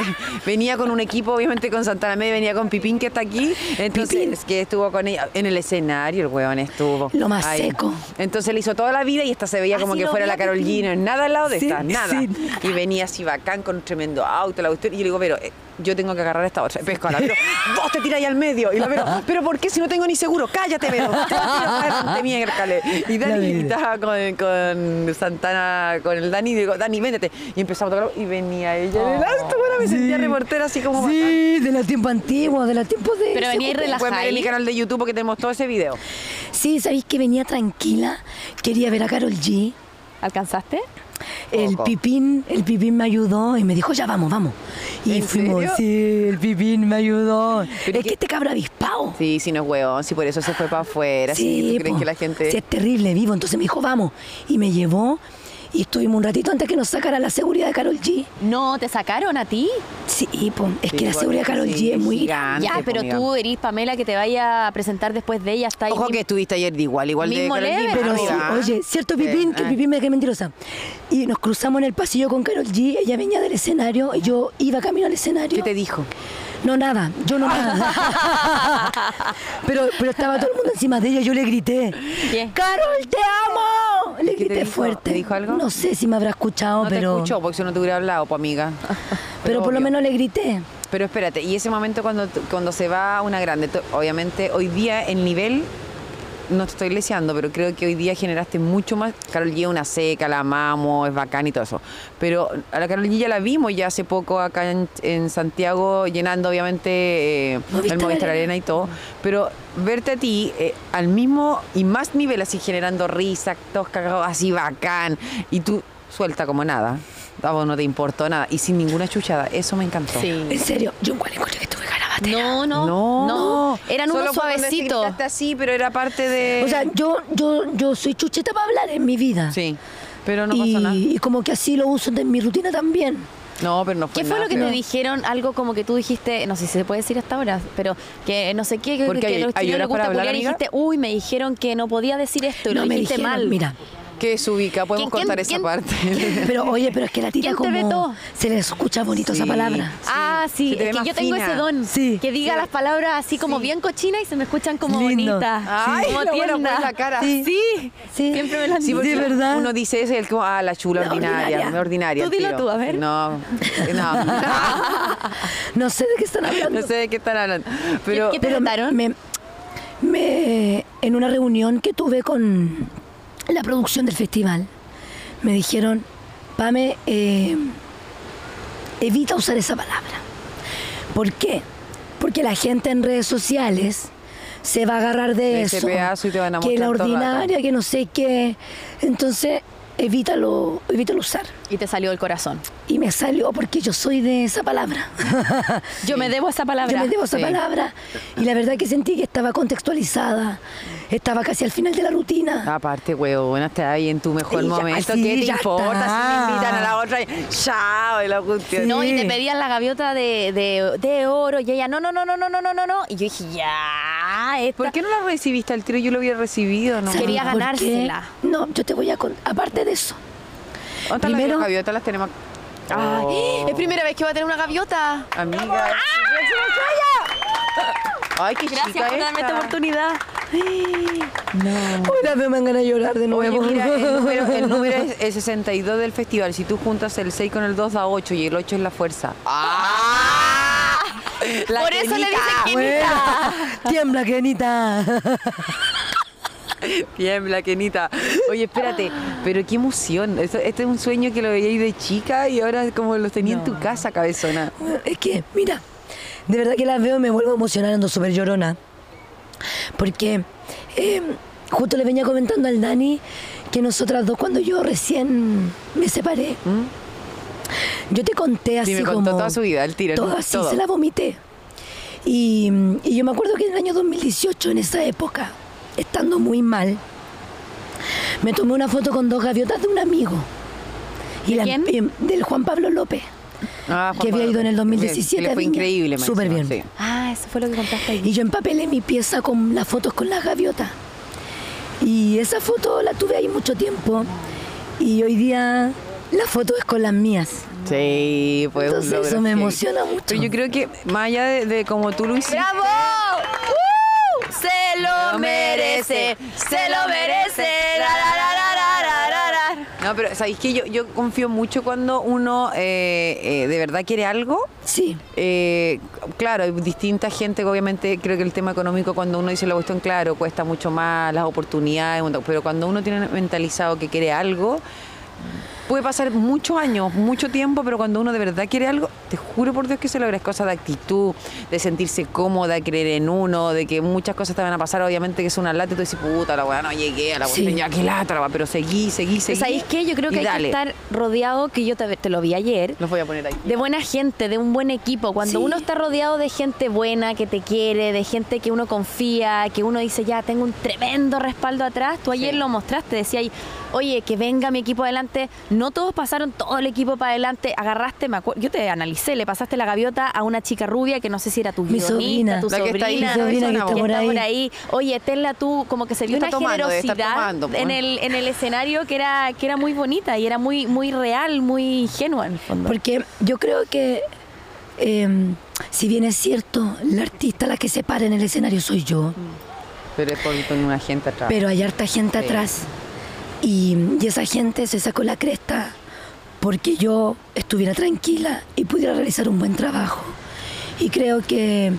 Speaker 1: venía con un equipo, obviamente con Santana Media, venía con Pipín que está aquí, entonces
Speaker 3: Pipín.
Speaker 1: es que estuvo con ella en el escenario, el huevón estuvo.
Speaker 3: Lo más seco.
Speaker 1: Entonces le hizo toda la vida y esta se veía
Speaker 2: Ah,
Speaker 1: como
Speaker 2: sí,
Speaker 1: que
Speaker 2: lo
Speaker 1: fuera
Speaker 2: vi
Speaker 1: la
Speaker 2: a
Speaker 1: Carol
Speaker 2: Pipín.
Speaker 1: G, no es nada al lado de
Speaker 3: Sí,
Speaker 1: esta, nada.
Speaker 3: sí.
Speaker 1: [laughs] Y venía así bacán con un tremendo auto, la cuestión, y yo le digo, pero eh, yo tengo que agarrar esta otra. Pesco a la Vero, vos te tiráis al medio. Y la [laughs] Vero, pero ¿por qué si no tengo ni seguro? Cállate, Vero. Te tiro para adelante, miércale. Y Dani
Speaker 3: vida.
Speaker 1: estaba con, con Santana, con el Dani, y digo, Dani, véndete. Y empezamos a tocar y venía ella en el auto. Bueno, me sentía reportera así como bacán.
Speaker 3: Sí, de los tiempos antiguos, de los tiempos de.
Speaker 2: Pero venía y
Speaker 3: Seguro.
Speaker 2: relajada.
Speaker 1: Pueden ver en mi
Speaker 2: ahí.
Speaker 1: canal de YouTube porque tenemos todo ese video.
Speaker 3: Sí, sabéis que venía tranquila, quería ver a Carol G.
Speaker 2: ¿Alcanzaste?
Speaker 3: El
Speaker 1: Ojo.
Speaker 3: pipín, el pipín me ayudó y me dijo, ya vamos, vamos. Y
Speaker 1: ¿En
Speaker 3: fuimos,
Speaker 1: serio?
Speaker 3: sí, el pipín me ayudó.
Speaker 1: Pero
Speaker 3: es
Speaker 1: que-
Speaker 3: que este cabra avispado.
Speaker 1: Sí, sí, no es huevón. Sí, por eso se fue para afuera. Sí, ¿Tú crees
Speaker 3: po.
Speaker 1: que la gente.?
Speaker 3: Sí, es terrible, vivo. Entonces me dijo, vamos. Y me llevó y estuvimos un ratito antes que nos sacara la seguridad de Carol G.
Speaker 2: No, te sacaron a ti.
Speaker 3: Sí, po. es
Speaker 1: Sí,
Speaker 3: que la
Speaker 1: porque
Speaker 3: seguridad de Carol
Speaker 1: sí,
Speaker 3: G es muy grande.
Speaker 1: gigante,
Speaker 2: ya,
Speaker 1: po,
Speaker 2: pero
Speaker 1: amiga.
Speaker 2: tú eres Pamela que te vaya a presentar después de ella. Está ahí
Speaker 1: Ojo que estuviste ayer de igual, igual de
Speaker 2: Mismo
Speaker 1: Carol G,
Speaker 2: level,
Speaker 3: Pero sí,
Speaker 1: amiga.
Speaker 3: oye, cierto
Speaker 1: Sí,
Speaker 3: Pipín, que
Speaker 1: ah.
Speaker 3: Pipín me quedé mentirosa. Y nos cruzamos en el pasillo con Carol G, ella venía del escenario, y yo iba camino al escenario.
Speaker 1: ¿Qué te dijo?
Speaker 3: No, nada, yo no nada.
Speaker 1: [laughs]
Speaker 3: pero, pero estaba todo el mundo encima de ella, yo le grité,
Speaker 2: ¿Qué?
Speaker 3: ¡Carol, te amo! Le
Speaker 1: ¿Qué te
Speaker 3: grité
Speaker 1: dijo?
Speaker 3: fuerte.
Speaker 1: ¿Te dijo algo?
Speaker 3: No sé si me habrá escuchado,
Speaker 1: No
Speaker 3: pero,
Speaker 1: te escuchó porque si no te hubiera hablado, pues amiga.
Speaker 3: pero por lo
Speaker 1: obvio.
Speaker 3: menos le grité.
Speaker 1: Pero espérate, y ese momento cuando, cuando se va una grande, to- obviamente hoy día el nivel, no te estoy leseando, pero creo que hoy día generaste mucho más. Carol G es una seca, la amamos, es bacán y todo eso. Pero a la Carol G ya la vimos ya hace poco acá en, en Santiago, llenando obviamente eh,
Speaker 3: Movistar
Speaker 1: el Movistar
Speaker 3: Arena.
Speaker 1: Arena y todo. Pero verte a ti eh, al mismo y más nivel, así generando risa, todos cagados, así bacán, y tú suelta como nada. A vos no te importó nada y sin ninguna chuchada. Eso me encantó.
Speaker 3: En serio, yo igual encuentro que estuve garabatera.
Speaker 2: No, no, no. Eran
Speaker 1: Solo
Speaker 2: unos
Speaker 1: fue donde se
Speaker 2: suavecitos.
Speaker 1: gritaste así, pero era parte de.
Speaker 3: O sea, yo, yo, yo soy chucheta para hablar en mi vida.
Speaker 1: sí. Pero no
Speaker 3: y,
Speaker 1: pasó nada.
Speaker 3: y como que así lo uso en mi rutina también.
Speaker 1: No, pero no fue
Speaker 2: ¿Qué fue
Speaker 1: nada
Speaker 2: lo que
Speaker 1: feo.
Speaker 2: te dijeron? Algo como que tú dijiste, no sé si se puede decir hasta ahora, pero que no sé qué, que,
Speaker 1: Porque
Speaker 2: que
Speaker 1: hay-
Speaker 2: los
Speaker 1: hay
Speaker 2: chilenos
Speaker 1: horas
Speaker 2: les gusta
Speaker 1: para hablar,
Speaker 2: culiar y
Speaker 1: amiga.
Speaker 2: dijiste, uy, me dijeron que no podía decir esto y
Speaker 3: no
Speaker 2: lo
Speaker 3: me
Speaker 2: dijiste
Speaker 3: dijeron,
Speaker 2: mal.
Speaker 3: mira.
Speaker 1: ¿Qué desubica? Podemos
Speaker 2: ¿Quién-
Speaker 1: cortar
Speaker 2: quién-
Speaker 1: esa parte.
Speaker 3: Pero oye, pero es que la tira
Speaker 2: ¿Quién te
Speaker 3: como
Speaker 2: vetó?
Speaker 3: se le escucha bonito esa
Speaker 1: Sí.
Speaker 3: palabra.
Speaker 2: Ah,
Speaker 1: Sí,
Speaker 2: sí,
Speaker 1: se te ve
Speaker 2: es
Speaker 1: más
Speaker 2: que yo tengo
Speaker 1: fina.
Speaker 2: ese don.
Speaker 3: Sí.
Speaker 2: Que diga
Speaker 1: Sí.
Speaker 2: las palabras así como
Speaker 1: Sí.
Speaker 2: bien cochina y se me escuchan como
Speaker 3: Lindo.
Speaker 2: bonitas.
Speaker 1: Ay,
Speaker 2: como
Speaker 1: lo bueno,
Speaker 2: tierna.
Speaker 1: pues, la cara.
Speaker 2: Sí.
Speaker 3: Sí.
Speaker 2: Siempre me lo
Speaker 1: [laughs]
Speaker 2: han
Speaker 1: Sí,
Speaker 2: dicho.
Speaker 1: porque
Speaker 3: De verdad.
Speaker 1: Uno dice eso y el como, ah, la chula
Speaker 3: La
Speaker 1: ordinaria,
Speaker 3: ordinaria.
Speaker 1: la ordinaria.
Speaker 2: Tú
Speaker 1: el
Speaker 2: dilo
Speaker 1: tiro.
Speaker 2: tú, a ver.
Speaker 1: No, eh,
Speaker 2: [laughs]
Speaker 1: no. [laughs]
Speaker 3: No sé de qué están hablando.
Speaker 1: no sé de qué están hablando. Pero,
Speaker 2: ¿Qué- qué te
Speaker 3: pero
Speaker 2: vetaron?
Speaker 3: me, me- en una reunión que tuve con la producción del festival, me dijeron, Pame, eh, evita usar esa palabra. ¿Por qué? Porque la gente en redes sociales se va a agarrar de
Speaker 1: De ese
Speaker 3: eso.
Speaker 1: pedazo y te van a
Speaker 3: que
Speaker 1: mostrar
Speaker 3: la
Speaker 1: todo el rato.
Speaker 3: ordinaria, que no sé qué. Entonces, evítalo, evítalo usar.
Speaker 2: Y te salió el corazón.
Speaker 3: Y me salió porque yo soy de
Speaker 1: [laughs]
Speaker 3: esa palabra.
Speaker 2: Yo me debo a esa palabra.
Speaker 3: Yo me debo esa
Speaker 1: Sí.
Speaker 3: palabra. Y la verdad que sentí que estaba contextualizada. Estaba casi al final de la rutina.
Speaker 1: Aparte, huevona, está ahí en tu mejor
Speaker 3: Y ya,
Speaker 1: momento.
Speaker 3: sí,
Speaker 1: ¿Qué te
Speaker 3: ya
Speaker 1: importa si
Speaker 3: está.
Speaker 1: me invitan a la otra? y- Chao, y la cuestión.
Speaker 2: No, y te
Speaker 3: Sí.
Speaker 2: pedían la gaviota de, de, de oro y ella, no, no, no, no, no, no, no, no, no. Y yo dije, ya, esta-
Speaker 1: ¿Por qué no la recibiste al tiro? Yo lo hubiera recibido, ¿no?
Speaker 2: Quería
Speaker 3: ¿Por qué?
Speaker 2: ganársela.
Speaker 3: No, yo te voy a contar. Aparte de eso,
Speaker 1: ¿Dónde las
Speaker 3: primero-
Speaker 1: gaviotas las tenemos?
Speaker 2: Ay,
Speaker 1: Oh,
Speaker 2: Es primera vez que va a tener una gaviota.
Speaker 1: Amiga. Ay, qué
Speaker 2: Gracias
Speaker 1: chica
Speaker 2: por darme esta
Speaker 1: esta.
Speaker 2: oportunidad.
Speaker 3: ahora me van a llorar de
Speaker 1: Oye,
Speaker 3: nuevo.
Speaker 1: mira, eh.
Speaker 3: [laughs]
Speaker 1: el número, el número es el 62 del festival. Si tú juntas el 6 con el 2 da 8 y el 8 es la fuerza. [laughs] La
Speaker 2: Ah. por eso le dicen
Speaker 1: Kenita.
Speaker 2: quinita.
Speaker 3: Tiembla, Kenita.
Speaker 1: Bien, Blaquenita. Oye, espérate, pero qué emoción. Esto- Este es un sueño que lo veíais de chica y ahora como lo tenía en tu casa, cabezona.
Speaker 3: [laughs] Es que, mira, de verdad que las veo y me vuelvo emocionando, súper llorona. Porque eh, justo le venía comentando al Dani que nosotras dos, cuando yo recién me separé, yo te conté así
Speaker 1: Sí, me contó
Speaker 3: como-
Speaker 1: toda su vida, el tiro.
Speaker 3: todo
Speaker 1: ¿no?
Speaker 3: así,
Speaker 1: Todo.
Speaker 3: se la vomité. Y, y yo me acuerdo que en el año 2018, en esa época, estando muy mal, me tomé una foto con dos gaviotas de un amigo. Y
Speaker 2: ¿De
Speaker 3: la-
Speaker 2: quién?
Speaker 3: em, del Juan Pablo López,
Speaker 1: Ah, Juan
Speaker 3: que había
Speaker 1: Pablo.
Speaker 3: ido en el
Speaker 1: Bien, que
Speaker 3: 2017.
Speaker 1: le fue
Speaker 3: a Viña.
Speaker 1: increíble, más
Speaker 3: Súper bien.
Speaker 1: encima, sí.
Speaker 2: Ah, eso fue lo que contaste
Speaker 3: Y
Speaker 2: ahí.
Speaker 3: yo empapelé mi pieza con las fotos con las gaviotas. Y esa foto la tuve ahí mucho tiempo. Y hoy día la foto es con las mías.
Speaker 1: Sí, pues un
Speaker 3: Entonces
Speaker 1: logro
Speaker 3: eso me
Speaker 1: heavy.
Speaker 3: emociona mucho.
Speaker 1: Pero yo creo que más allá de, de como tú lo hiciste.
Speaker 2: ¡Bravo! ¡Uh! Se lo merece, se lo merece. La, la, la, la, la, la, la, la.
Speaker 1: No, pero sabéis que yo, yo confío mucho cuando uno eh, eh, de verdad quiere algo.
Speaker 3: Sí.
Speaker 1: Eh, claro, hay distinta gente, que obviamente creo que el tema económico cuando uno dice la cuestión, claro, cuesta mucho más las oportunidades, pero cuando uno tiene mentalizado que quiere algo, puede pasar muchos años, mucho tiempo, pero cuando uno de verdad quiere algo, te juro por Dios que se logra, es cosa de actitud, de sentirse cómoda, creer en uno, de que muchas cosas te van a pasar, obviamente que es una lata y tú dices, puta, la weá no llegué, a la
Speaker 3: Sí.
Speaker 1: cuestión ya que lata, la weá", pero seguí, seguí, seguí.
Speaker 2: Pues, ¿Sabéis qué? Yo creo
Speaker 1: y
Speaker 2: que hay
Speaker 1: dale.
Speaker 2: que estar rodeado, que yo te, te lo vi ayer,
Speaker 1: Los voy a poner ahí.
Speaker 2: de buena gente, de un buen equipo. Cuando
Speaker 3: Sí.
Speaker 2: uno está rodeado de gente buena, que te quiere, de gente que uno confía, que uno dice, ya, tengo un tremendo respaldo atrás. Tú ayer
Speaker 1: Sí.
Speaker 2: lo mostraste, decías, oye, que venga mi equipo adelante. No todos pasaron todo el equipo para adelante. Agarraste, me acuerdo, yo te analicé, le pasaste la gaviota a una chica rubia que no sé si era tu
Speaker 3: Mi
Speaker 2: guionista,
Speaker 3: sobrina.
Speaker 2: tu
Speaker 1: La que está ahí,
Speaker 2: sobrina.
Speaker 1: mi sobrina
Speaker 3: que está por ahí.
Speaker 2: Oye, Tesla, tú como que se vio
Speaker 1: Está
Speaker 2: una
Speaker 1: tomando, debe estar
Speaker 2: generosidad
Speaker 1: tomando, pues.
Speaker 2: en el, en el escenario que era, que era muy bonita y era muy, muy real, muy ingenua en el fondo.
Speaker 3: Porque yo creo que, eh, si bien es cierto, la artista la que se para en el escenario soy yo,
Speaker 1: Pero es por con una gente atrás.
Speaker 3: pero hay harta gente
Speaker 1: Sí.
Speaker 3: atrás. Y, y esa gente se sacó la cresta porque yo estuviera tranquila y pudiera realizar un buen trabajo. Y creo que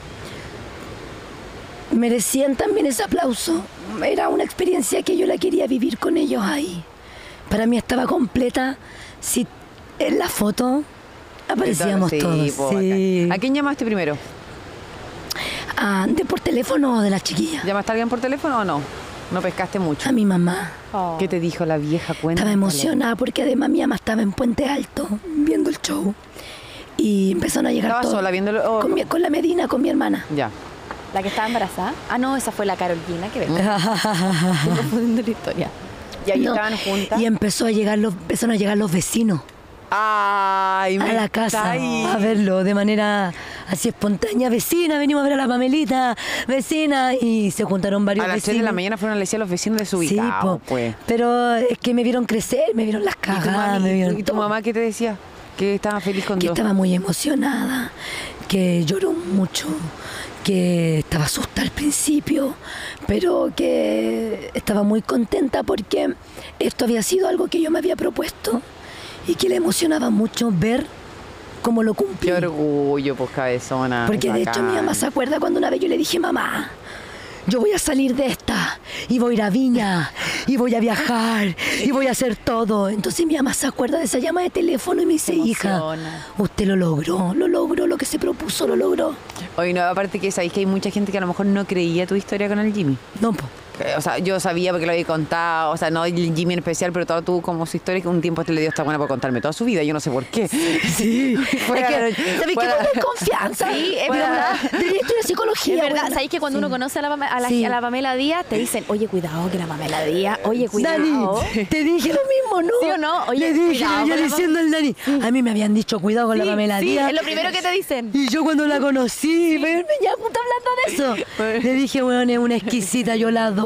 Speaker 3: merecían también ese aplauso. Era una experiencia que yo la quería vivir con ellos ahí. Para mí estaba completa. Si en la foto aparecíamos
Speaker 1: Sí,
Speaker 3: todos.
Speaker 1: po,
Speaker 3: sí.
Speaker 1: bacán. ¿A quién llamaste primero?
Speaker 3: Ah, ¿De por teléfono o de la chiquilla?
Speaker 1: ¿Llamaste a alguien por teléfono o no? No pescaste mucho.
Speaker 3: A mi mamá.
Speaker 2: Oh.
Speaker 1: ¿Qué te dijo la vieja cuenta?
Speaker 3: Estaba emocionada porque además mi mamá estaba en Puente Alto viendo el show. Y empezaron a llegar
Speaker 1: ¿Estaba
Speaker 3: todos.
Speaker 1: sola viéndolo? o-
Speaker 3: Con, mi- con la Medina, con
Speaker 1: [laughs]
Speaker 3: mi hermana.
Speaker 1: Ya.
Speaker 2: ¿La que estaba embarazada? Ah, no, esa fue la Carolina,
Speaker 3: [laughs]
Speaker 2: que verdad. Estoy confundiendo la historia.
Speaker 1: Y ahí
Speaker 3: No.
Speaker 1: estaban juntas.
Speaker 3: Y em- empezó a llegar los, empezaron a llegar los vecinos
Speaker 1: Ay,
Speaker 3: a
Speaker 1: me
Speaker 3: la casa
Speaker 1: estáis-
Speaker 3: a verlo de manera así espontánea. Vecina, venimos a ver a la Pamelita, vecina. Y se juntaron varios
Speaker 1: A las 3
Speaker 3: vecinos.
Speaker 1: de la mañana fueron a decir a los vecinos de su
Speaker 3: Sí, po.
Speaker 1: pues.
Speaker 3: pero es que me vieron crecer, me vieron las
Speaker 1: ¿Y tu,
Speaker 3: cagadas,
Speaker 1: mami-
Speaker 3: me vieron
Speaker 1: y tu
Speaker 3: todo.
Speaker 1: mamá qué te decía? Que estaba feliz con
Speaker 3: que
Speaker 1: Dios.
Speaker 3: estaba muy emocionada, que lloró mucho, que estaba asustada al principio, pero que estaba muy contenta porque esto había sido algo que yo me había propuesto y que le emocionaba mucho ver cómo lo cumplí.
Speaker 1: Qué orgullo, pues cabezona.
Speaker 3: Porque de hecho
Speaker 1: bacán.
Speaker 3: mi mamá se acuerda cuando una vez yo le dije, mamá, yo voy a salir de esta y voy a ir a Viña y voy a viajar y voy a hacer todo. Entonces mi mamá se acuerda de esa llama de teléfono y me dice, hija,
Speaker 2: emociona.
Speaker 3: usted lo logró, lo logró, lo que se propuso lo logró.
Speaker 1: Oye, no, aparte que sabéis que hay mucha gente que a lo mejor no creía tu historia con el Jimmy.
Speaker 3: No, po.
Speaker 1: Eh, o sea, yo sabía porque lo había contado, o sea, no Jimmy en especial, pero todo tú como su historia, que un tiempo este le dio esta buena por contarme toda su vida, yo no sé por qué. [laughs] Sí,
Speaker 3: Es que, ¿Sabéis que cuando hay confianza?
Speaker 2: Sí, es
Speaker 3: Bueno,
Speaker 2: verdad.
Speaker 3: Debería estudiar psicología.
Speaker 2: es verdad,
Speaker 3: buena.
Speaker 2: ¿sabéis que cuando uno conoce a la, Pame- a, la,
Speaker 3: Sí.
Speaker 2: a la Pamela Díaz te dicen, oye, cuidado que la Pamela Díaz, oye, cuidado?
Speaker 3: Dani, te dije lo mismo, ¿no?
Speaker 2: ¿Sí o no? Oye,
Speaker 3: Le dije,
Speaker 2: cuidado
Speaker 3: yo
Speaker 2: con la
Speaker 3: diciendo al Dani, a mí me habían dicho cuidado con la
Speaker 2: Sí,
Speaker 3: Pamela
Speaker 2: sí,
Speaker 3: Díaz.
Speaker 2: es lo primero que te dicen.
Speaker 3: Y yo cuando la conocí, me- ya justo hablando de eso, le dije, bueno, es una exquisita, yo la adoro.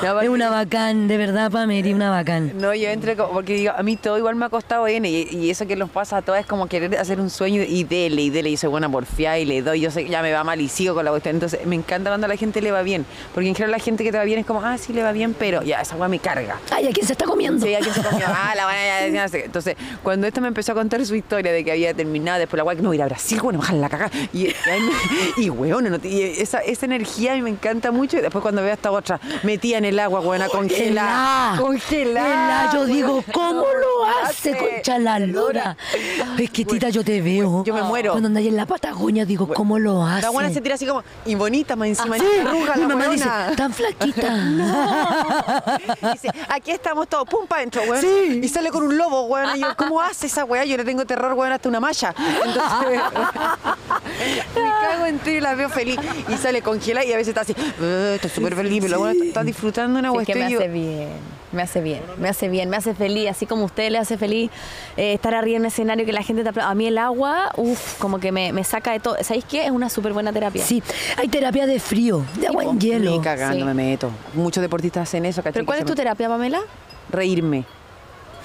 Speaker 1: Ya,
Speaker 3: es
Speaker 1: vale.
Speaker 3: una bacán, de verdad, Pamela, una bacán.
Speaker 1: No, yo entré como- porque digo, a mí todo igual me ha costado bien y, y eso que nos pasa a todas es como querer hacer un sueño y dele, y dele, y soy buena porfiada y le doy, yo sé que ya me va mal y sigo con la cuestión. Entonces me encanta cuando a la gente le va bien, porque en general la gente que te va bien es como, ah, sí le va bien, pero ya, esa weá me carga.
Speaker 3: Ay, ¿a quién se está comiendo?
Speaker 1: Sí, alguien se comió, ah, la buena, ya, ya, no sé qué. Entonces, cuando esta me empezó a contar su historia de que había terminado, después la guay, que no, ir a Brasil, bueno, bajar la caca. Y, y, ahí me- y, weona, no te- y esa, esa energía a mí me encanta mucho. Y después cuando veo a esta otra metida en el agua, buena,
Speaker 3: ¡Oh,
Speaker 1: congelada.
Speaker 3: Congelá,
Speaker 1: Congelada.
Speaker 3: congelá. Yo
Speaker 1: weona.
Speaker 3: digo, ¿cómo
Speaker 1: No,
Speaker 3: lo hace, concha la lora? Es que, tita, yo te veo.
Speaker 1: yo me muero.
Speaker 3: Cuando andáis en la Patagonia, digo, ¿cómo lo hace? Ah,
Speaker 1: La buena se tira así como, y bonita más encima,
Speaker 3: Sí,
Speaker 1: ni arruga
Speaker 3: mi
Speaker 1: la
Speaker 3: mamá dice,
Speaker 1: weona.
Speaker 3: tan flaquita.
Speaker 1: Dice, aquí estamos todos, pum, pa' dentro, weón.
Speaker 3: Sí.
Speaker 1: Y sale con un lobo, weón. Y yo, ¿cómo hace esa weá? Yo le tengo terror, weón, hasta una malla. Entonces, [laughs] me cago en ti y la veo feliz. Y sale congelada y a veces está así, "Eh, está súper feliz, pero la weona está, está disfrutando una
Speaker 2: Sí,
Speaker 1: weá.
Speaker 2: que me
Speaker 1: estoy yo-
Speaker 2: hace bien, me hace bien, me hace bien, me hace feliz, así como a usted le hace feliz eh, estar arriba en un escenario que la gente te aplaude. A mí el agua, uff, como que me, me saca de todo. ¿Sabéis qué? Es una súper buena terapia.
Speaker 3: Sí, hay terapia de frío, de agua en hielo.
Speaker 1: Ni cagando
Speaker 2: Sí.
Speaker 1: me meto. Muchos deportistas hacen eso, ¿cachai?
Speaker 2: ¿Pero cuál
Speaker 1: Que
Speaker 2: es
Speaker 1: se
Speaker 2: tu
Speaker 1: meten-
Speaker 2: terapia, Pamela?
Speaker 1: Reírme.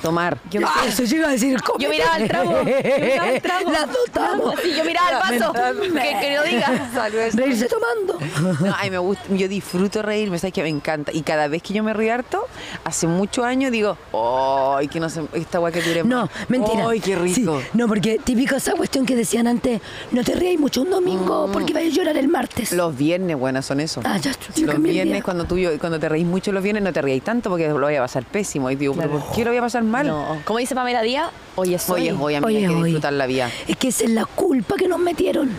Speaker 1: Tomar.
Speaker 3: Ah,
Speaker 1: [laughs]
Speaker 3: eso yo iba a decir,
Speaker 2: Yo miraba el trago, yo miraba el trago.
Speaker 3: [laughs] Las dos estábamos.
Speaker 2: Sí, yo miraba el vaso, que, que lo diga.
Speaker 1: Salud.
Speaker 3: Reírse tomando.
Speaker 1: No, ay, me gusta, yo disfruto reírme, sabes que me encanta. Y cada vez que yo me río harto, hace muchos años digo, ¡ay, que no se, esta guay que dure más".
Speaker 3: [laughs] No, mentira.
Speaker 1: ¡Ay, qué rico!
Speaker 3: Sí, no, porque típico esa cuestión que decían antes, no te rías mucho un domingo
Speaker 1: Mm.
Speaker 3: porque vas a llorar el martes.
Speaker 1: Los viernes, buenas son eso.
Speaker 3: Ah, ya, yo
Speaker 1: los
Speaker 3: cambié el
Speaker 1: viernes,
Speaker 3: día.
Speaker 1: cuando tú cuando te reís mucho los viernes, no te reís tanto porque lo voy a pasar pésimo. Y digo, ¿pero
Speaker 2: Claro.
Speaker 1: ¿por qué lo voy a pasar mal?
Speaker 2: No, como dice Pamela Díaz, hoy es hoy.
Speaker 1: Hoy es hoy, amiga,
Speaker 3: Oye,
Speaker 1: hay que
Speaker 3: oye.
Speaker 1: disfrutar la vida.
Speaker 3: Es que esa es la culpa que nos metieron.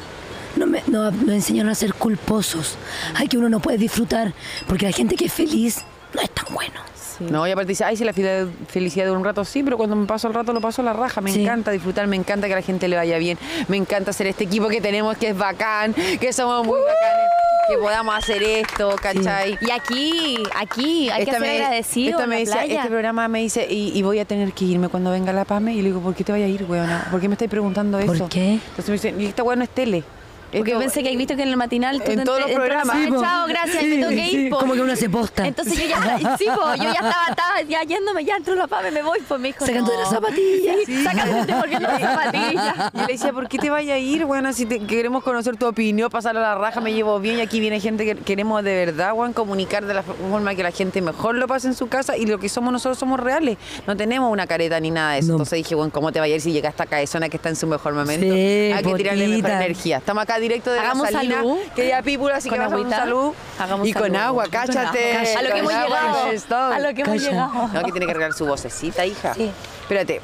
Speaker 3: Nos, me- no- nos enseñaron a ser culposos. Ay, que uno no puede disfrutar porque la gente que es feliz no es tan bueno.
Speaker 2: Sí.
Speaker 1: No, y aparte dice, ay, si la fila- felicidad de un rato sí, pero cuando me paso el rato lo paso a la raja. Me
Speaker 3: Sí.
Speaker 1: encanta disfrutar, me encanta que a la gente le vaya bien, me encanta hacer este equipo que tenemos, que es bacán, que somos
Speaker 2: ¡Uh!
Speaker 1: muy bacanes, que podamos hacer esto, ¿cachai?
Speaker 2: Y aquí, aquí, hay que ser agradecido.
Speaker 1: esta
Speaker 2: en
Speaker 1: me
Speaker 2: la
Speaker 1: decía,
Speaker 2: playa.
Speaker 1: este programa me dice, y, y voy a tener que irme cuando venga la PAME. Y le digo, ¿por qué te vayas a ir, weona? ¿Por qué me estáis preguntando eso?
Speaker 3: ¿Por qué?
Speaker 1: Entonces me dicen, y esta weona no es tele.
Speaker 2: Porque
Speaker 1: Esto-
Speaker 2: pensé que habéis visto que en el matinal tú
Speaker 1: este En
Speaker 2: te
Speaker 1: todos
Speaker 2: enter-
Speaker 1: los
Speaker 2: entras-
Speaker 1: programas.
Speaker 2: Ah,
Speaker 3: Sí, po.
Speaker 2: chao, gracias, me
Speaker 3: Sí,
Speaker 2: tengo que ir.
Speaker 3: sí,
Speaker 2: po.
Speaker 3: como que uno se posta.
Speaker 2: Entonces yo ya, [laughs] sí, po, yo ya estaba, estaba ya yéndome, ya entro la pame, me voy, pues me dijo.
Speaker 3: Sacando
Speaker 2: no.
Speaker 3: las zapatillas.
Speaker 2: Sácate, volviendo las zapatillas.
Speaker 1: Y yo le decía, ¿por qué te vaya a ir, weona? Si te- queremos conocer tu opinión, pasar a la raja, me llevo bien y aquí viene gente que queremos de verdad, weón, comunicar de la forma que la gente mejor lo pase en su casa y lo que somos nosotros somos reales. No tenemos una careta ni nada de eso.
Speaker 3: No.
Speaker 1: Entonces dije, bueno, ¿cómo te va a ir si llegaste acá? Es zona que está en su mejor momento.
Speaker 3: Sí,
Speaker 1: Hay que
Speaker 3: bonita.
Speaker 1: tirarle mejor energía. Estamos acá directo de
Speaker 2: Hagamos
Speaker 1: la salina,
Speaker 2: salud.
Speaker 1: que ya pípula, así
Speaker 2: Con
Speaker 1: que vamos a
Speaker 2: agüita.
Speaker 1: salud.
Speaker 2: Hagamos
Speaker 1: y con
Speaker 2: salud.
Speaker 1: agua,
Speaker 2: Con agua.
Speaker 1: cáchate.
Speaker 2: A lo que
Speaker 1: con
Speaker 2: hemos
Speaker 1: agua,
Speaker 2: llegado.
Speaker 1: stop.
Speaker 2: A lo que hemos
Speaker 3: Calla.
Speaker 2: llegado.
Speaker 1: No, que tiene que arreglar su vocecita, hija.
Speaker 2: Sí.
Speaker 1: Espérate.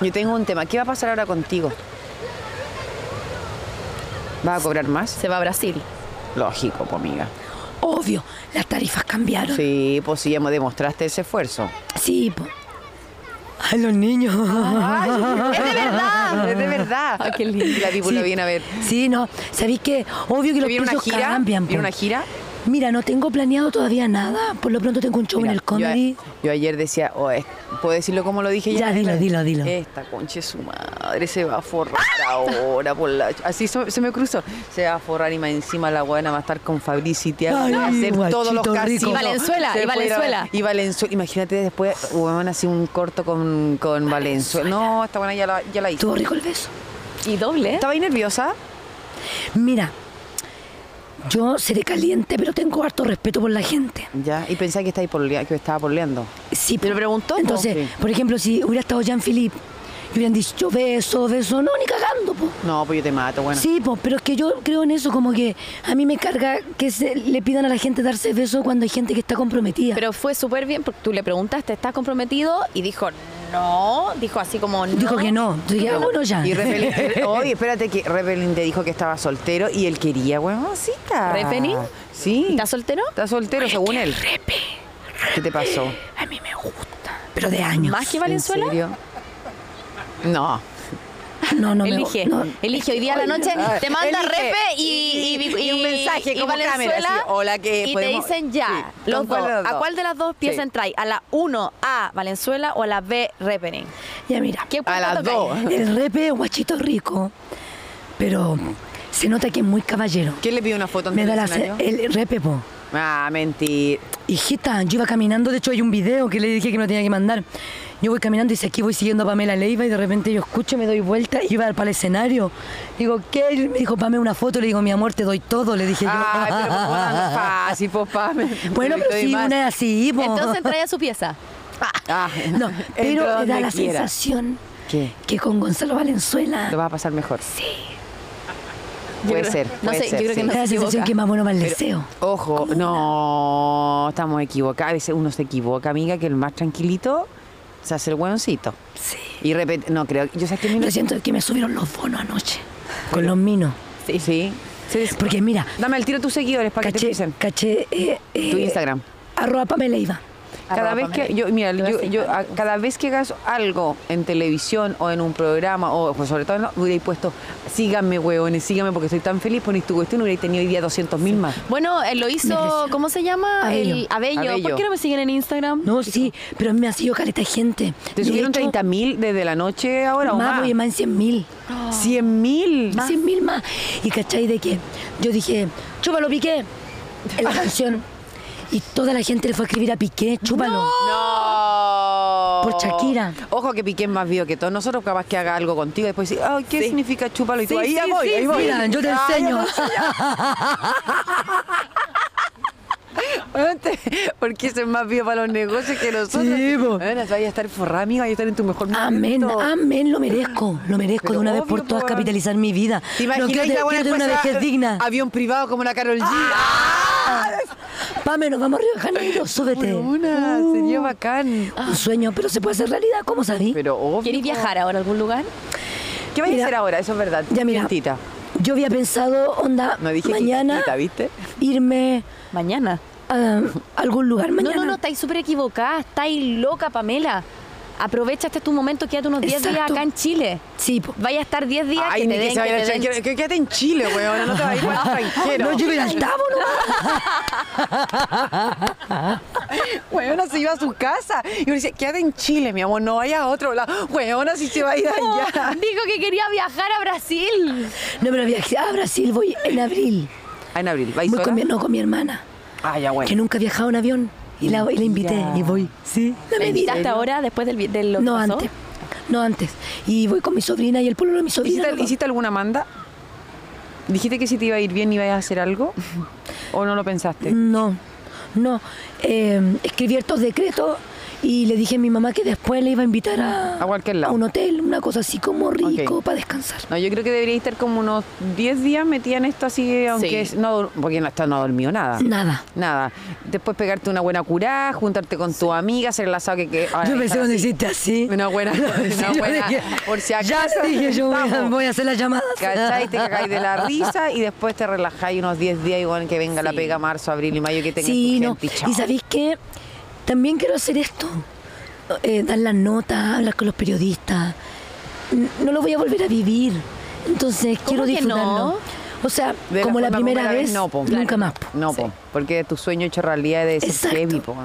Speaker 1: Yo tengo un tema. ¿Qué va a pasar ahora contigo? ¿Vas a cobrar más?
Speaker 2: Se va a Brasil.
Speaker 1: Lógico, pues, amiga.
Speaker 3: Obvio, las tarifas cambiaron. Sí,
Speaker 1: Sí, pues sí, ya me demostraste ese esfuerzo.
Speaker 3: po. A los niños.
Speaker 2: Ah.
Speaker 1: es de verdad, es de verdad.
Speaker 2: Ay, qué lindo.
Speaker 1: Y La víbula
Speaker 3: Sí.
Speaker 1: viene a ver.
Speaker 3: Sí, no. ¿Sabéis que Obvio que los
Speaker 1: ¿Viene una
Speaker 3: precios
Speaker 1: gira?
Speaker 3: cambian.
Speaker 1: ¿Viene
Speaker 3: po.
Speaker 1: una gira?
Speaker 3: Mira, no tengo planeado todavía nada. Por lo pronto tengo un show
Speaker 1: Mira,
Speaker 3: en el
Speaker 1: yo-
Speaker 3: comedy.
Speaker 1: Yo, ayer decía, oh, es- ¿puedo decirlo como lo dije
Speaker 3: Ya, dilo, dilo, dilo.
Speaker 1: Esta conche su madre se va a forrar ahora por la. Así so- se, me cruzó. Se va a forrar y más encima la buena va a estar con Fabrici Tiago.
Speaker 3: Ay,
Speaker 1: Va a hacer todos los
Speaker 3: guachito
Speaker 1: casinos.
Speaker 3: rico. Y
Speaker 2: Valenzuela,
Speaker 1: Se
Speaker 2: y
Speaker 1: puede ir a-
Speaker 2: Valenzuela.
Speaker 1: Y Valenzuela. Imagínate después, weón, así un corto con, con Valenzuela. No, esta buena ya la, ya la hizo.
Speaker 3: Estuvo rico el beso.
Speaker 2: Y doble. ¿eh?
Speaker 1: ¿Estaba ahí nerviosa?
Speaker 3: Mira, yo seré caliente, pero tengo harto respeto por la gente.
Speaker 1: Ya. Y pensaba que, está ahí polea- que estaba porleando.
Speaker 3: Sí,
Speaker 1: ¿Te lo
Speaker 3: po.
Speaker 1: preguntó, po?
Speaker 3: Entonces,
Speaker 1: Sí.
Speaker 3: por ejemplo, si hubiera estado Jean-Philippe, y hubieran dicho beso, beso, no, ni cagando, po.
Speaker 1: No, pues yo te mato, bueno.
Speaker 3: Sí, po, pero es que yo creo en eso, como que a mí me carga que se le pidan a la gente darse besos cuando hay gente que está comprometida.
Speaker 2: Pero fue súper bien porque tú le preguntaste, ¿estás comprometido? Y dijo, no, dijo así como no.
Speaker 3: Dijo que no. Yo dije, ah, bueno, ya.
Speaker 1: Y
Speaker 3: [laughs]
Speaker 1: Repelín, oye, espérate que Repelín te dijo que estaba soltero y él quería huevoncita.
Speaker 2: ¿Repelín?
Speaker 1: Sí.
Speaker 2: ¿Estás soltero?
Speaker 1: Está soltero, según él.
Speaker 3: Repe,
Speaker 1: ¿Qué te pasó?
Speaker 3: a mí me gusta. Pero de años.
Speaker 2: ¿Más que
Speaker 1: ¿En
Speaker 2: Valenzuela?
Speaker 1: serio? No.
Speaker 3: [laughs] No, no me
Speaker 2: Elige,
Speaker 3: no.
Speaker 2: elige hoy día a la noche,
Speaker 1: Ay, [laughs]
Speaker 2: te manda
Speaker 1: elige.
Speaker 2: repe y, y-
Speaker 1: Y un mensaje
Speaker 2: y
Speaker 1: como
Speaker 2: Valenzuela,
Speaker 1: cámara, así, hola, que
Speaker 2: y
Speaker 1: podemos-
Speaker 2: te dicen ya,
Speaker 1: Sí,
Speaker 2: los
Speaker 1: ¿con cuál
Speaker 2: dos,
Speaker 1: de los
Speaker 2: ¿a
Speaker 1: dos?
Speaker 2: cuál de las dos piezas
Speaker 1: Sí.
Speaker 2: entráis? ¿A la 1 a Valenzuela o a la B Repening?
Speaker 3: Ya mira.
Speaker 2: ¿Qué
Speaker 1: A
Speaker 2: punto
Speaker 1: las
Speaker 2: tocáis?
Speaker 1: dos.
Speaker 3: El repe es guachito rico, pero se nota que es muy caballero.
Speaker 1: ¿Quién le pidió una foto
Speaker 3: Me
Speaker 1: antes
Speaker 3: da
Speaker 1: del
Speaker 3: la eh.
Speaker 1: escenario?
Speaker 3: el repe, po.
Speaker 1: Ah, mentira.
Speaker 3: Hijita, yo iba caminando, de hecho hay un video que le dije que me lo tenía que mandar. Yo voy caminando y dice, aquí voy siguiendo a Pamela Leiva y de repente yo escucho, me doy vuelta y iba para el escenario. Digo, ¿qué? Y me dijo, Pame una foto, le digo, mi amor, te doy todo, le dije yo.
Speaker 1: Ay, Ah, pero por
Speaker 3: [laughs]
Speaker 1: favor, anda fácil, papá.
Speaker 3: bueno, pero sí, una es así, po.
Speaker 2: Entonces entráis a su pieza.
Speaker 1: Ah,
Speaker 3: [laughs] No, pero
Speaker 1: entra
Speaker 3: me da
Speaker 1: donde quiera.
Speaker 3: la sensación
Speaker 1: ¿Qué?
Speaker 3: que con Gonzalo Valenzuela
Speaker 1: Lo va a pasar mejor. Sí. Puede
Speaker 2: creo-
Speaker 1: ser,
Speaker 2: no
Speaker 1: puede
Speaker 2: sé, yo
Speaker 1: ser,
Speaker 2: creo que
Speaker 1: sí.
Speaker 3: me da la
Speaker 2: se
Speaker 3: sensación
Speaker 2: equivoca.
Speaker 3: que es más bueno para el
Speaker 1: Pero,
Speaker 3: deseo.
Speaker 1: Ojo, no, estamos equivocados. A veces uno se equivoca, amiga, que el más tranquilito se hace el hueoncito.
Speaker 3: Sí.
Speaker 1: Y repet- no creo, yo sé que mi
Speaker 3: Lo siento que me subieron los bonos anoche con los minos.
Speaker 1: Sí. sí.
Speaker 3: Porque mira,
Speaker 1: Dame el tiro a tus seguidores para que te
Speaker 3: caché,
Speaker 1: pisen.
Speaker 3: caché eh, eh,
Speaker 1: Tu Instagram.
Speaker 3: Arroba Pamela Iba.
Speaker 1: Cada vez que yo, mira, yo, yo- a- cada vez que hagas algo en televisión o en un programa o pues, sobre todo en la- hubierais puesto síganme hueones, síganme porque estoy tan feliz ponéis tu cuestión hubierais tenido hoy día 200 mil más.
Speaker 2: Bueno, eh, lo hizo,
Speaker 3: impresiona.
Speaker 2: ¿cómo se llama?
Speaker 3: Abello.
Speaker 2: El Abello.
Speaker 1: Abello.
Speaker 2: ¿Por qué no me siguen en Instagram?
Speaker 3: No, sí, pero me ha sido caleta de gente.
Speaker 1: Te
Speaker 3: De
Speaker 1: subieron
Speaker 3: hecho,
Speaker 1: 30 mil desde la noche ahora o
Speaker 3: Más,
Speaker 1: más.
Speaker 3: voy más en 100 mil.
Speaker 1: 100 mil.
Speaker 3: 100 mil más. Y cachai de que yo dije, chúpalo Piqué,
Speaker 1: [laughs]
Speaker 3: en la canción. Y toda la gente le fue a escribir a Piqué, chúpalo.
Speaker 1: No.
Speaker 3: Por Shakira.
Speaker 1: Ojo que Piqué es más vivo que todos nosotros, capaz que haga algo contigo y después decís, ay, ¿qué significa chúpalo? Y tú,
Speaker 2: Sí,
Speaker 1: ahí ya
Speaker 2: sí,
Speaker 1: voy,
Speaker 2: sí,
Speaker 1: ahí voy.
Speaker 3: Mira, yo te
Speaker 1: Ay,
Speaker 3: enseño.
Speaker 1: Ponte, [laughs] Porque ese es más vivo para los negocios que nosotros.
Speaker 3: Sí, po.
Speaker 1: Bueno, vaya a estar forrada, amiga, vaya a estar en tu mejor momento.
Speaker 3: Amén, amén, lo merezco, lo merezco
Speaker 1: Pero
Speaker 3: de una vez
Speaker 1: obvio,
Speaker 3: por todas
Speaker 1: po.
Speaker 3: capitalizar mi vida.
Speaker 1: ¿Te
Speaker 3: no
Speaker 1: imaginas
Speaker 3: quiero,
Speaker 1: la
Speaker 3: te-
Speaker 1: buena
Speaker 3: quiero tener una
Speaker 1: esposa,
Speaker 3: vejez digna. Ah,
Speaker 1: Avión privado como la Carol G. Ah,
Speaker 3: Pame, nos vamos a Río de Janeiro, súbete.
Speaker 1: Por una,
Speaker 3: Uh.
Speaker 1: sería bacán.
Speaker 3: Un sueño, pero se puede hacer realidad, ¿cómo sabí?
Speaker 1: Pero obvio.
Speaker 2: ¿Queréis viajar ahora a algún lugar?
Speaker 1: ¿Qué vais
Speaker 3: Mira,
Speaker 1: a hacer ahora? Eso es verdad.
Speaker 3: ya mira,
Speaker 1: Fiestita.
Speaker 3: yo había pensado, onda,
Speaker 1: No dije
Speaker 3: mañana
Speaker 1: quitita, ¿viste?
Speaker 3: irme
Speaker 2: Mañana.
Speaker 3: a algún lugar. Mañana.
Speaker 2: No, no, no, estáis súper equivocada, estáis loca, Pamela. Aprovecha este tu momento, quédate unos 10 días
Speaker 3: Exacto.
Speaker 2: acá en Chile.
Speaker 3: Sí, po.
Speaker 2: Vaya a estar 10 días
Speaker 1: Ay,
Speaker 2: que
Speaker 1: ni
Speaker 2: te
Speaker 1: que
Speaker 2: den,
Speaker 1: se vaya
Speaker 2: que
Speaker 1: al
Speaker 2: te den.
Speaker 1: extranjero. Que- Quédate en Chile, weón. No te vas a ir [laughs] para el extranjero.
Speaker 3: No, yo iba al Tabo,
Speaker 1: Weona se iba a su casa. Y yo decía, quédate en Chile, mi amor, no vaya a otro lado. Weona, si se va a ir allá.
Speaker 2: [laughs] Dijo que quería viajar a Brasil.
Speaker 3: No, pero viajé a Brasil, voy en abril.
Speaker 1: Ah, en abril, ¿vais
Speaker 3: Voy
Speaker 1: sola?
Speaker 3: con mi, no, con mi hermana,
Speaker 1: Ah, ya, bueno.
Speaker 3: que nunca ha viajado en avión. Y la, y la invité
Speaker 1: Mira.
Speaker 3: y voy. Sí, la
Speaker 2: ¿Me
Speaker 3: medida.
Speaker 2: invitaste ahora después del, vi- de lo que
Speaker 3: No
Speaker 2: pasó?
Speaker 3: antes. No antes. Y voy con mi sobrina y el pueblo de mi sobrina.
Speaker 1: ¿Hiciste, hiciste alguna manda? ¿Dijiste que si te iba a ir bien ibas a hacer algo? ¿O no lo pensaste?
Speaker 3: No, no. Eh, escribí estos decretos y le dije a mi mamá que después le iba a invitar a,
Speaker 1: A cualquier lado.
Speaker 3: a un hotel, una cosa así como rico
Speaker 1: Ok.
Speaker 3: para descansar.
Speaker 1: No, yo creo que debería estar como unos 10 días metida en esto así, aunque
Speaker 2: Sí.
Speaker 1: es- no, porque no, hasta no ha dormido nada.
Speaker 3: Nada.
Speaker 1: Nada. Después pegarte una buena curá, juntarte con tu amiga, hacer el asado que... que ahora
Speaker 3: yo pensé
Speaker 1: estar
Speaker 3: cuando
Speaker 1: así.
Speaker 3: hiciste así.
Speaker 1: Ah, Una buena-
Speaker 3: [laughs]
Speaker 1: una
Speaker 3: yo
Speaker 1: buena- por si acaso,
Speaker 3: Ya dije, yo voy a,
Speaker 1: estamos.
Speaker 3: voy a hacer las llamadas.
Speaker 1: ¿Cachai? Te cagáis de
Speaker 3: [laughs]
Speaker 1: la risa y después te relajáis unos 10 días y bueno, que venga la pega marzo, abril y mayo que tengas
Speaker 3: Sí,
Speaker 1: tu
Speaker 3: no.
Speaker 1: gente y chao.
Speaker 3: Y sabéis que también quiero hacer esto: Eh, dar las notas, hablar con los periodistas. N- No lo voy a volver a vivir. Entonces quiero
Speaker 2: que no?
Speaker 3: disfrutarlo. O sea,
Speaker 1: De
Speaker 3: como la
Speaker 1: forma
Speaker 3: primera vez,
Speaker 1: no, po.
Speaker 3: nunca más. po.
Speaker 1: No, po, porque tu sueño hecho realidad es ser
Speaker 3: Exacto.
Speaker 1: heavy, po.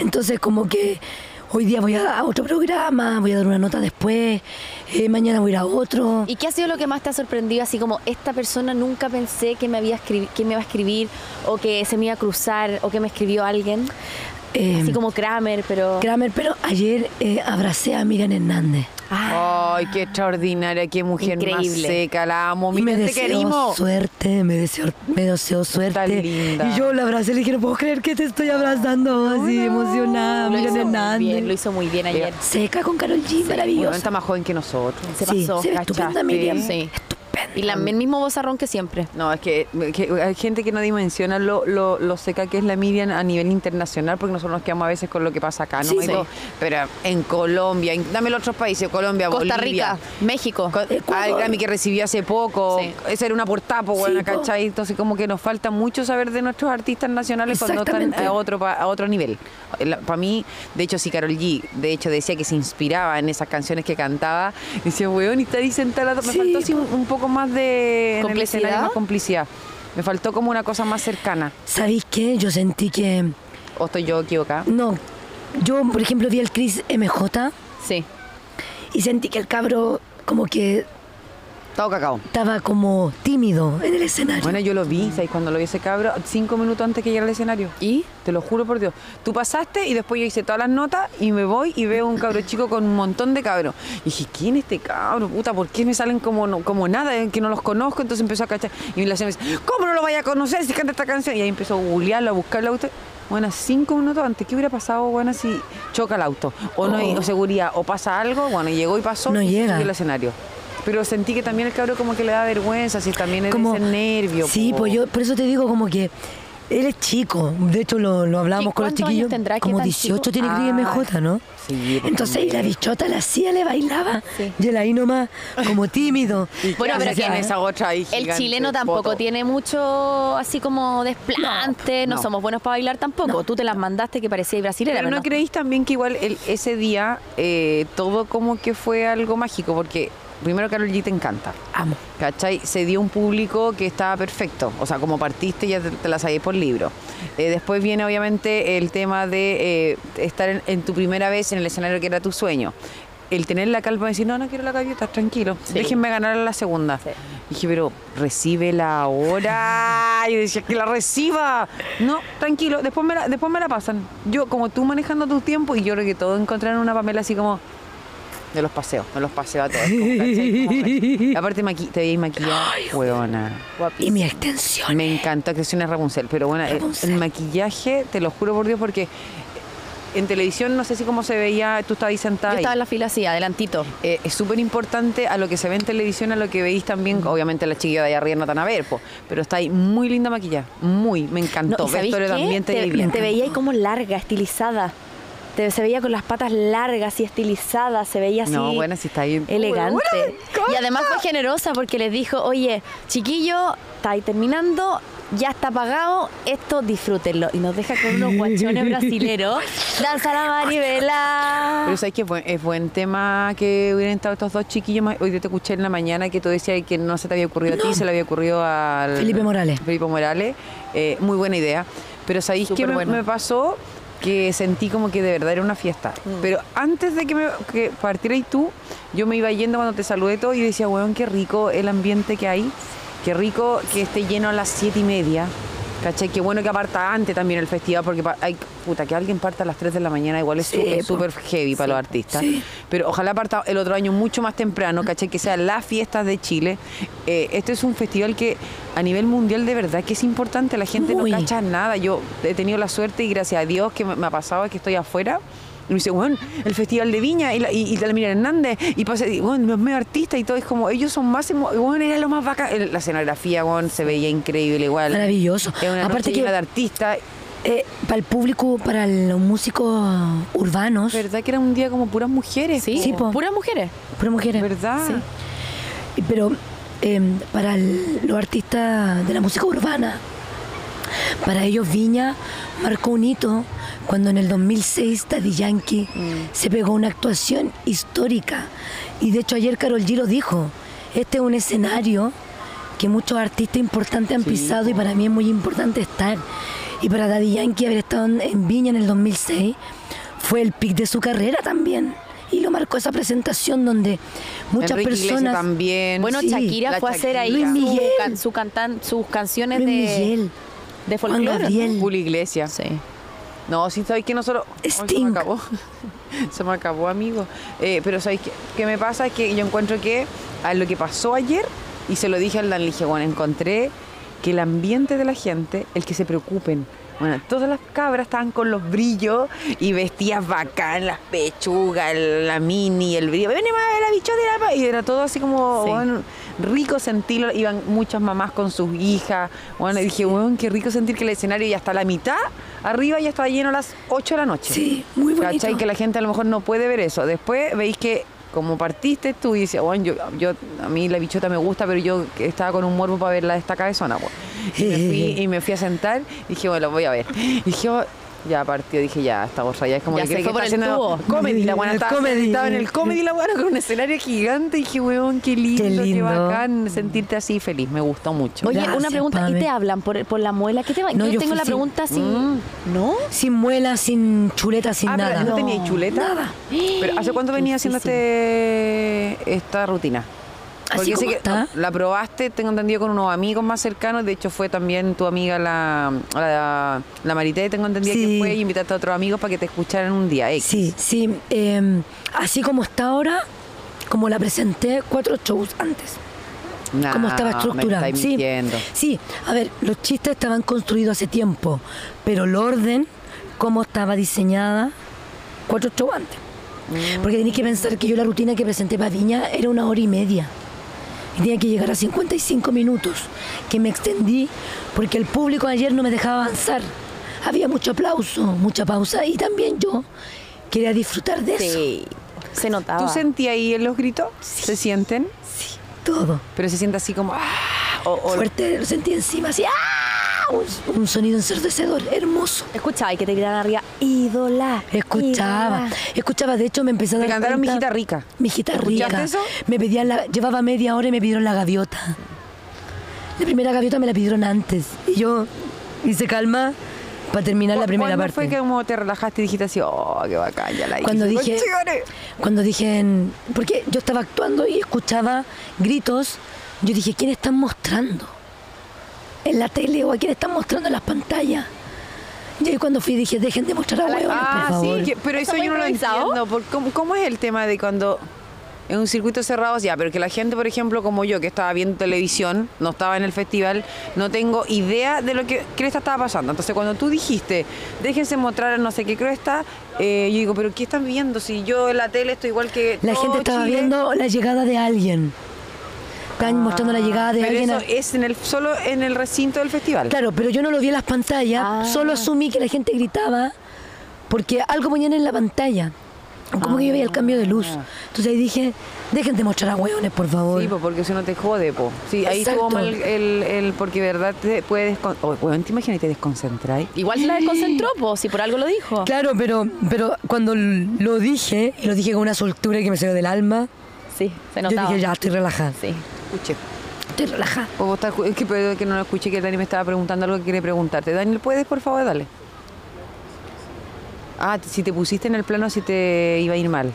Speaker 3: Entonces, como que hoy día voy a, a otro programa, voy a dar una nota después, eh, mañana voy a ir a otro.
Speaker 2: ¿Y qué ha sido lo que más te ha sorprendido? Así como, esta persona nunca pensé que me, había escribi- que me iba a escribir, o que se me iba a cruzar, o que me escribió alguien.
Speaker 3: Eh,
Speaker 2: Así como Kramer, pero...
Speaker 3: Kramer, pero ayer eh, abracé a Miriam Hernández. Ah.
Speaker 1: Ay, qué extraordinaria, qué mujer más
Speaker 2: Increíble.
Speaker 1: seca, la amo.
Speaker 3: Y
Speaker 1: Mira, este
Speaker 3: me
Speaker 1: te
Speaker 3: deseó
Speaker 1: querimos.
Speaker 3: suerte, me deseó, me deseó suerte.
Speaker 1: linda.
Speaker 3: Y yo la abracé, le dije, no puedo creer que te estoy abrazando así, emocionada,
Speaker 2: Lo hizo
Speaker 3: Miriam
Speaker 2: muy
Speaker 3: Hernández.
Speaker 2: bien, lo hizo muy bien ayer.
Speaker 3: Seca con Carol G,
Speaker 1: Bueno,
Speaker 3: maravillosa.
Speaker 1: está más joven que nosotros.
Speaker 2: Se
Speaker 3: sí,
Speaker 2: pasó,
Speaker 3: se ve
Speaker 1: ¿cachaste?
Speaker 3: estupenda Miriam.
Speaker 2: Sí.
Speaker 3: estupendo.
Speaker 2: Y la- el mismo bozarrón que siempre.
Speaker 1: No, es que, que hay gente que no dimensiona lo, lo, lo seca que es la Miriam a nivel internacional, porque nosotros nos quedamos a veces con lo que pasa acá, ¿no?
Speaker 2: Sí,
Speaker 1: Y
Speaker 2: sí.
Speaker 1: todo. Pero en Colombia, en, dame los otros países, Colombia,
Speaker 2: Costa
Speaker 1: Bolivia.
Speaker 2: Rica, México.
Speaker 1: Co-
Speaker 3: Ecuador.
Speaker 1: Al Grammy que recibió hace poco,
Speaker 2: Oh. Sí.
Speaker 1: esa era una portapo, bueno,
Speaker 3: Sí, po.
Speaker 1: ¿cachai? Entonces como que nos falta mucho saber de nuestros artistas nacionales cuando están
Speaker 3: Exactamente.
Speaker 1: a otro, pa- a otro nivel. Para mí, de hecho, si Carol G, de hecho, decía que se inspiraba en esas canciones que cantaba, decía, weón, y está ahí sentada, la- me
Speaker 3: Sí,
Speaker 1: faltó así un, un poco más de... en el
Speaker 2: ¿Complicidad?
Speaker 1: escenario, más complicidad. Me faltó como una cosa más cercana.
Speaker 3: ¿Sabéis qué? Yo sentí que.
Speaker 1: ¿O estoy yo equivocada?
Speaker 3: No. Yo, por ejemplo, vi al Chris MJ
Speaker 2: Sí.
Speaker 3: y sentí que el cabro como que
Speaker 1: Todo cacao.
Speaker 3: estaba como tímido en el escenario.
Speaker 1: Bueno, yo lo vi, ¿sabes? Cuando lo vi ese cabro, cinco minutos antes que llegara al escenario.
Speaker 2: ¿Y?
Speaker 1: Te lo juro por Dios. Tú pasaste y después yo hice todas las notas y me voy y veo un cabro chico con un montón de cabros. Y dije, ¿quién es este cabro? Puta, ¿por qué me salen como, no- como nada? eh, Que no los conozco. Entonces empezó a cachar. Y la señora me dice, ¿cómo no lo vaya a conocer si canta esta canción? Y ahí empezó a googlearlo, a buscarlo. Usted. Bueno, cinco minutos antes, ¿qué hubiera pasado, bueno, si choca el auto? O no hay
Speaker 3: Oh.
Speaker 1: o seguridad, o pasa algo, bueno, llegó y pasó.
Speaker 3: No
Speaker 1: y
Speaker 3: llega.
Speaker 1: sigue el escenario. Pero sentí que también el cabro como que le da vergüenza, si también es
Speaker 3: como
Speaker 1: de ese nervio.
Speaker 3: Sí,
Speaker 1: po.
Speaker 3: pues yo por eso te digo como que él es chico. De hecho lo, lo hablábamos
Speaker 2: ¿Qué-
Speaker 3: con los
Speaker 2: cuántos
Speaker 3: chiquillos.
Speaker 2: años tendrá? ¿Qué
Speaker 3: como
Speaker 2: tan
Speaker 3: 18
Speaker 2: chico?
Speaker 3: tiene Chris
Speaker 1: Ah.
Speaker 3: MJ, ¿no?
Speaker 1: Sí, pues
Speaker 3: Entonces y la bichota la hacía, le bailaba.
Speaker 2: Sí.
Speaker 3: Y él ahí nomás, como tímido.
Speaker 2: Bueno, pero
Speaker 3: Entonces,
Speaker 2: ¿quién
Speaker 3: ya,
Speaker 2: es
Speaker 1: esa otra ahí
Speaker 2: ¿eh? El
Speaker 1: gigante,
Speaker 2: chileno tampoco
Speaker 1: poto.
Speaker 2: tiene mucho así como desplante, no,
Speaker 1: no.
Speaker 2: somos buenos para bailar tampoco. Tú te las mandaste que parecía brasilera,
Speaker 1: Pero
Speaker 2: pero
Speaker 1: no creéis también que igual el- ese día eh, todo como que fue algo mágico, porque primero Carol G te encanta.
Speaker 3: Amo.
Speaker 1: ¿Cachai? Se dio un público que estaba perfecto. O sea, como partiste ya te, te la sabéis por libro. Eh, después viene obviamente el tema de eh, estar en, en tu primera vez en el escenario que era tu sueño. El tener la calma de decir, no, no quiero la gaviota, tranquilo,
Speaker 2: Sí.
Speaker 1: déjenme ganar a la segunda.
Speaker 2: Sí.
Speaker 1: Dije, pero recíbela [laughs] ahora. Y decía, que la reciba. No, tranquilo, después me la, después me la pasan. Yo, como tú manejando tu tiempo, y yo creo que todos encontraron una Pamela así como, me los paseo, me los paseo a todos. como, ¿cachai?
Speaker 2: [laughs]
Speaker 1: Como- Aparte maqui te veías maquillada, huevona.
Speaker 3: Y mi extensión.
Speaker 1: Me encanta que sea una Rapunzel, pero bueno, eh,
Speaker 3: Rapunzel.
Speaker 1: el maquillaje, te lo juro por Dios, porque en televisión no sé si cómo se veía, tú estabas ahí sentada. y-
Speaker 2: Yo estaba en la fila así, adelantito.
Speaker 1: eh, es súper importante a lo que se ve en televisión, a lo que veis también, obviamente las chiquillas de allá arriba no tan a ver, po, pero está ahí muy linda maquillada, muy, me encantó.
Speaker 2: No, ¿y ¿sabéis
Speaker 1: Vestuario
Speaker 2: qué?
Speaker 1: también te
Speaker 2: te,
Speaker 1: divierta.
Speaker 2: te veía ahí como larga, estilizada. Te, se veía con las patas largas y estilizadas, se veía así.
Speaker 1: No, bueno, si está ahí.
Speaker 2: Elegante.
Speaker 1: Bueno,
Speaker 2: Y además fue generosa porque les dijo, oye, chiquillo, está ahí terminando, ya está pagado, esto disfrútenlo. Y nos deja con unos guachones brasileros. Danza la maribela.
Speaker 1: Pero sabes que es buen, es buen tema que hubieran estado estos dos chiquillos. más- Hoy te escuché en la mañana que tú decías que no se te había ocurrido a ti, se le había ocurrido al...
Speaker 3: Felipe Morales.
Speaker 1: Felipe Morales. Eh, muy buena idea. Pero sabéis
Speaker 2: Súper
Speaker 1: que me,
Speaker 2: bueno.
Speaker 1: me pasó que sentí como que de verdad era una fiesta.
Speaker 3: Mm.
Speaker 1: Pero antes de que, me, que partierais tú, yo me iba yendo cuando te saludé todo y decía, weón, qué rico el ambiente que hay. Qué rico que esté lleno a las siete y media. ¿Cachai? Qué bueno que aparta antes también el festival, porque pa- hay, puta, que alguien parta a las 3 de la mañana igual es
Speaker 3: Sí,
Speaker 1: súper,
Speaker 3: po.
Speaker 1: súper heavy para los artistas. Pero ojalá parta el otro año mucho más temprano, ¿cachai? Que sea las fiestas de Chile. Eh, este es un festival que a nivel mundial de verdad que es importante. La gente
Speaker 3: Muy.
Speaker 1: no cacha nada. Yo he tenido la suerte y gracias a Dios que me, me ha pasado que estoy afuera. Y me dice, bueno, el Festival de Viña y la, y, y la Miriam Hernández, y pasa, y, bueno, los medio artistas y todo, es como, ellos son más, emo- y, bueno, era lo más bacán. El- La escenografía, bueno, se veía increíble igual.
Speaker 3: Maravilloso.
Speaker 1: Es una
Speaker 3: Aparte
Speaker 1: noche
Speaker 3: que-
Speaker 1: llena de artistas.
Speaker 3: Eh, para el público, para los músicos urbanos,
Speaker 1: ¿Verdad que era un día como puras mujeres?
Speaker 2: Sí,
Speaker 3: Sí, po.
Speaker 2: puras mujeres.
Speaker 3: pero mujeres.
Speaker 1: ¿Verdad?
Speaker 3: Sí. Y- Pero eh, para el- los artistas de la música urbana, para ellos Viña marcó un hito cuando en el 2006 Daddy Yankee
Speaker 1: Mm.
Speaker 3: se pegó una actuación histórica. Y de hecho ayer Carol Giro dijo, este es un escenario que muchos artistas importantes han pisado y para mí es muy importante estar. Y para Daddy Yankee haber estado en, en Viña en el 2006 fue el pic de su carrera también. Y lo marcó esa presentación donde muchas
Speaker 1: Enrique Iglesias
Speaker 3: personas...
Speaker 1: también.
Speaker 2: Bueno,
Speaker 3: Sí,
Speaker 2: Shakira
Speaker 1: la
Speaker 2: fue a hacer ahí
Speaker 1: Shakira.
Speaker 2: su
Speaker 3: Luis Miguel.
Speaker 2: can- su cantan- sus canciones
Speaker 3: Luis
Speaker 2: de,
Speaker 3: Miguel,
Speaker 2: de
Speaker 3: Juan
Speaker 2: folclore.
Speaker 3: Gabriel.
Speaker 1: Julio Iglesias.
Speaker 2: Sí.
Speaker 1: No, sí, sabéis que nosotros. Ay, se
Speaker 3: Sting.
Speaker 1: me acabó. [laughs] se me acabó, amigo. Eh, pero sabéis que, que me pasa es que yo encuentro que a lo que pasó ayer, y se lo dije al Dan, le dije, bueno, encontré que el ambiente de la gente, el que se preocupen Bueno, todas las cabras estaban con los brillos y vestidas bacán, las pechugas, el- la mini, el brillo. Ven más a ver la bichota y la pa-". y era todo así como
Speaker 2: Sí.
Speaker 1: bueno, rico sentirlo. Iban muchas mamás con sus hijas. Bueno, y dije, bueno, qué rico sentir que el escenario ya está a la mitad arriba ya estaba lleno a las 8 de la noche.
Speaker 3: Sí, muy bonito.
Speaker 1: ¿Cachai? Que la gente a lo mejor no puede ver eso. Después veis que como partiste tú y dices, bueno, yo, yo, a mí la bichota me gusta, pero yo estaba con un morbo para verla de esta cabezona. po". Y, me fui,
Speaker 3: [laughs]
Speaker 1: y me fui a sentar y dije, bueno, voy a ver. Y dije, oh, ya partió, dije, ya, esta borra ya es como
Speaker 2: Ya
Speaker 1: que
Speaker 2: se
Speaker 1: cree que
Speaker 2: fue
Speaker 1: está
Speaker 2: por el
Speaker 1: haciendo
Speaker 2: tubo.
Speaker 1: comedy. La buena
Speaker 3: [laughs] El
Speaker 1: estaba,
Speaker 3: comedy.
Speaker 1: estaba en el comedy, la buena con un escenario gigante. Y dije, weón, qué lindo, qué,
Speaker 3: lindo.
Speaker 1: bacán sentirte así feliz, me gustó mucho.
Speaker 2: Oye, una
Speaker 3: Gracias,
Speaker 2: pregunta, ¿y
Speaker 3: Pame.
Speaker 2: te hablan por, por la muela? ¿Qué te va?
Speaker 3: No,
Speaker 2: yo,
Speaker 3: yo
Speaker 2: tengo
Speaker 3: fui
Speaker 2: la
Speaker 3: sin-
Speaker 2: pregunta si...
Speaker 1: Mm.
Speaker 2: ¿No?
Speaker 3: Sin muela, sin chuleta, sin
Speaker 1: Ah, pero
Speaker 3: nada.
Speaker 1: ¿No, tenía chuleta?
Speaker 3: Nada.
Speaker 1: Pero ¿hace cuánto
Speaker 2: Qué
Speaker 1: venía haciendo
Speaker 2: difícil.
Speaker 1: este, esta rutina?
Speaker 3: Así
Speaker 1: sé
Speaker 3: como
Speaker 1: que
Speaker 3: está.
Speaker 1: la probaste, tengo entendido, con unos amigos más cercanos. De hecho, fue también tu amiga la, la, la Marité, tengo entendido que
Speaker 3: Sí.
Speaker 1: fue, y invitaste a otros amigos para que te escucharan un día X.
Speaker 3: Sí, sí. eh, así como está ahora, como la presenté cuatro shows antes.
Speaker 1: Nah,
Speaker 3: como estaba estructurada.
Speaker 1: Ah, Me estáis
Speaker 3: sí,
Speaker 1: mintiendo.
Speaker 3: sí, a ver, los chistes estaban construidos hace tiempo, pero el orden, cómo estaba diseñada, cuatro shows antes.
Speaker 1: Mm.
Speaker 3: Porque tenéis que pensar que yo la rutina que presenté para Viña era una hora y media. Y tenía que llegar a 55 minutos, que me extendí porque el público ayer no me dejaba avanzar. Había mucho aplauso, mucha pausa y también yo quería disfrutar de eso.
Speaker 2: Sí, se notaba.
Speaker 3: Ah.
Speaker 1: ¿Tú sentías ahí en los gritos? ¿Se sienten?
Speaker 3: Todo.
Speaker 1: Pero se siente así como... ah, o- o-
Speaker 3: Fuerte, lo sentí encima, así, ¡ah! Un, un sonido ensordecedor, hermoso.
Speaker 2: Escuchaba y que te gritaran arriba, ídola.
Speaker 3: Escuchaba,
Speaker 2: ídola".
Speaker 3: escuchaba, de hecho me empecé a
Speaker 1: Te
Speaker 3: dar
Speaker 1: cantaron
Speaker 3: cuenta-
Speaker 1: Mijita Rica.
Speaker 3: Mijita
Speaker 1: ¿Escuchaste
Speaker 3: rica.
Speaker 1: eso?
Speaker 3: Me pedían la, llevaba media hora y me pidieron la gaviota. La primera gaviota me la pidieron antes. Y yo hice calma para terminar la
Speaker 1: ¿cu-
Speaker 3: primera
Speaker 1: ¿cuándo
Speaker 3: parte.
Speaker 1: fue que como te relajaste y dijiste así, oh, qué bacán, ya la hice?
Speaker 3: Cuando dije-
Speaker 1: ¡Conchetumare!
Speaker 3: Cuando dije, en- porque yo estaba actuando y escuchaba gritos, yo dije, ¿quién están mostrando? ¿En la tele o a quién están mostrando en las pantallas? Y ahí cuando fui dije, dejen de mostrar a huevones,
Speaker 1: Ah,
Speaker 3: por favor.
Speaker 1: sí, que- pero eso
Speaker 2: ¿Está muy
Speaker 1: yo no lo
Speaker 2: improvisado?
Speaker 1: entiendo. por- ¿cómo, cómo es el tema de cuando en un circuito cerrado, ya, pero que la gente, por ejemplo, como yo, que estaba viendo televisión, no estaba en el festival, no tengo idea de lo que Cresta estaba pasando. Entonces, cuando tú dijiste, déjense mostrar a no sé qué Cresta, eh, yo digo, pero ¿qué están viendo? Si yo en la tele estoy igual que.
Speaker 3: La
Speaker 1: todo
Speaker 3: gente estaba
Speaker 1: oh, Chile.
Speaker 3: viendo la llegada de alguien. Están mostrando la llegada de
Speaker 1: Ah, Pero
Speaker 3: alguien.
Speaker 1: eso
Speaker 3: a-
Speaker 1: es en el, solo en el recinto del festival.
Speaker 3: Claro, pero yo no lo vi en las pantallas,
Speaker 2: Ah.
Speaker 3: solo asumí que la gente gritaba porque algo ponían en la pantalla. Como que yo veía el cambio de luz. Entonces ahí dije, dejen de mostrar a hueones, por favor.
Speaker 1: Ah. Sí, po, porque si no te jode, po. Sí, ahí
Speaker 3: Exacto.
Speaker 1: estuvo mal el, el- porque de verdad te puedes desconcentrar. te imaginas y te desconcentráis.
Speaker 2: Igual la desconcentró, po, si por algo lo dijo.
Speaker 3: Claro, pero, pero cuando l- lo dije, y lo dije con una soltura que me salió del alma,
Speaker 2: Sí, se
Speaker 3: yo
Speaker 2: notaba.
Speaker 3: dije, ya, estoy relajada.
Speaker 2: Sí.
Speaker 1: Escuche.
Speaker 3: Estoy relajada.
Speaker 1: O vos estás ju- es que, pero que no lo escuché, que Dani me estaba preguntando algo que quiere preguntarte. Daniel, ¿puedes, por favor? Dale. Ah, si te pusiste en el plano, si te iba a ir mal.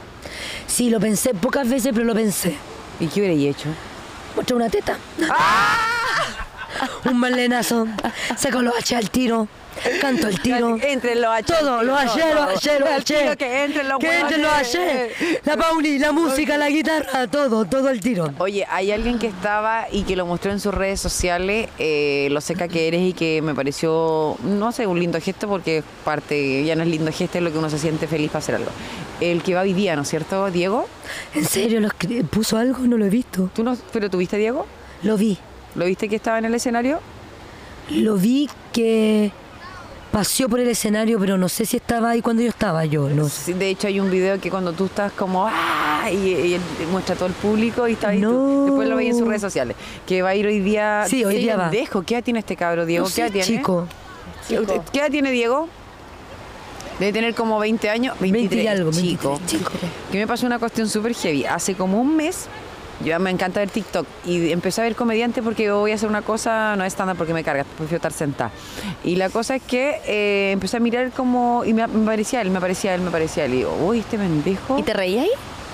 Speaker 3: Sí, lo pensé pocas veces, pero lo pensé.
Speaker 1: ¿Y qué hubierais hecho?
Speaker 3: Mostrar una teta.
Speaker 1: ¡Ah!
Speaker 3: Un malenazo. Saco los H al tiro. Canto al tiro.
Speaker 1: Entre los H,
Speaker 3: Todo, los H, los H, los
Speaker 1: Al tiro
Speaker 3: H.
Speaker 1: que entren los
Speaker 3: Que entren los
Speaker 1: hueones.
Speaker 3: H. La Pauli, la música, la guitarra, todo, todo al tiro.
Speaker 1: Oye, hay alguien que estaba y que lo mostró en sus redes sociales, eh, lo seca que eres y que me pareció, no sé, un lindo gesto porque parte, ya no es lindo gesto, es lo que uno se siente feliz para hacer algo. El que va hoy día, ¿no es cierto, Diego?
Speaker 3: ¿En serio? ¿Los cre- ¿Puso algo? No lo he visto.
Speaker 1: ¿Tú no, pero tuviste a Diego?
Speaker 3: Lo vi.
Speaker 1: ¿Lo viste que estaba en el escenario?
Speaker 3: Lo vi que paseó por el escenario, pero no sé si estaba ahí cuando yo estaba, yo no sé.
Speaker 1: Sí, De hecho, hay un video que cuando tú estás como ¡ah! y, y él muestra a todo el público y está ahí. tú.
Speaker 3: No.
Speaker 1: Después lo veis en sus redes sociales. Que va a ir hoy día.
Speaker 3: Sí, hoy día va.
Speaker 1: Dejo. ¿Qué edad tiene este cabro, Diego?
Speaker 3: No
Speaker 1: ¿Qué
Speaker 3: sé,
Speaker 1: edad tiene?
Speaker 3: chico.
Speaker 2: Chico.
Speaker 1: ¿Qué edad tiene Diego? Debe tener como 20 años. 23,
Speaker 3: 20 y algo,
Speaker 1: chico.
Speaker 3: 23, chico.
Speaker 1: Que me pasó una cuestión súper heavy. Hace como un mes, yo me encanta ver TikTok y empecé a ver comediante porque yo voy a hacer una cosa, no es estándar porque me carga, prefiero estar sentada. Y la cosa es que eh, empecé a mirar como, y me, me parecía él, me parecía él, me parecía él. Y digo, uy, este pendejo.
Speaker 2: ¿Y te reías ahí?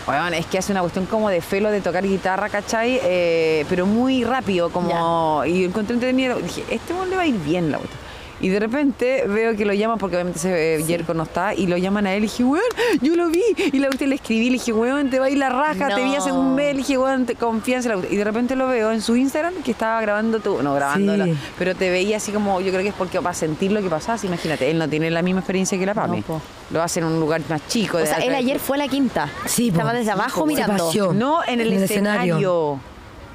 Speaker 1: Weón, es que hace una cuestión como de felo de tocar guitarra, ¿cachai? Eh, pero muy rápido, como. Y encontré entretenido. Dije, este weón le va a ir bien la cuestión. Y de repente veo que lo llaman, porque obviamente ese, eh, Jerko no está, y lo llaman a él y dije, weón, yo lo vi. Y la cuestión le escribí, le dije, weón, te va a ir la raja, te vi hace un
Speaker 2: No.
Speaker 1: mes, le dije, weón, te- confianza. la cuestión". Y de repente lo veo en su Instagram que estaba grabando tú, no grabando,
Speaker 3: Sí.
Speaker 1: la- pero te veía así como, yo creo que es porque para sentir lo que pasás, imagínate, él no tiene la misma experiencia que la PAME.
Speaker 2: po.
Speaker 1: lo hace en un lugar más chico.
Speaker 2: O
Speaker 1: de
Speaker 2: sea,
Speaker 1: alta-
Speaker 2: él ayer fue a la quinta.
Speaker 3: Sí,
Speaker 2: Estaba
Speaker 3: po.
Speaker 2: desde abajo
Speaker 3: Se
Speaker 2: mirando.
Speaker 3: paseó.
Speaker 1: No, en el, escenario.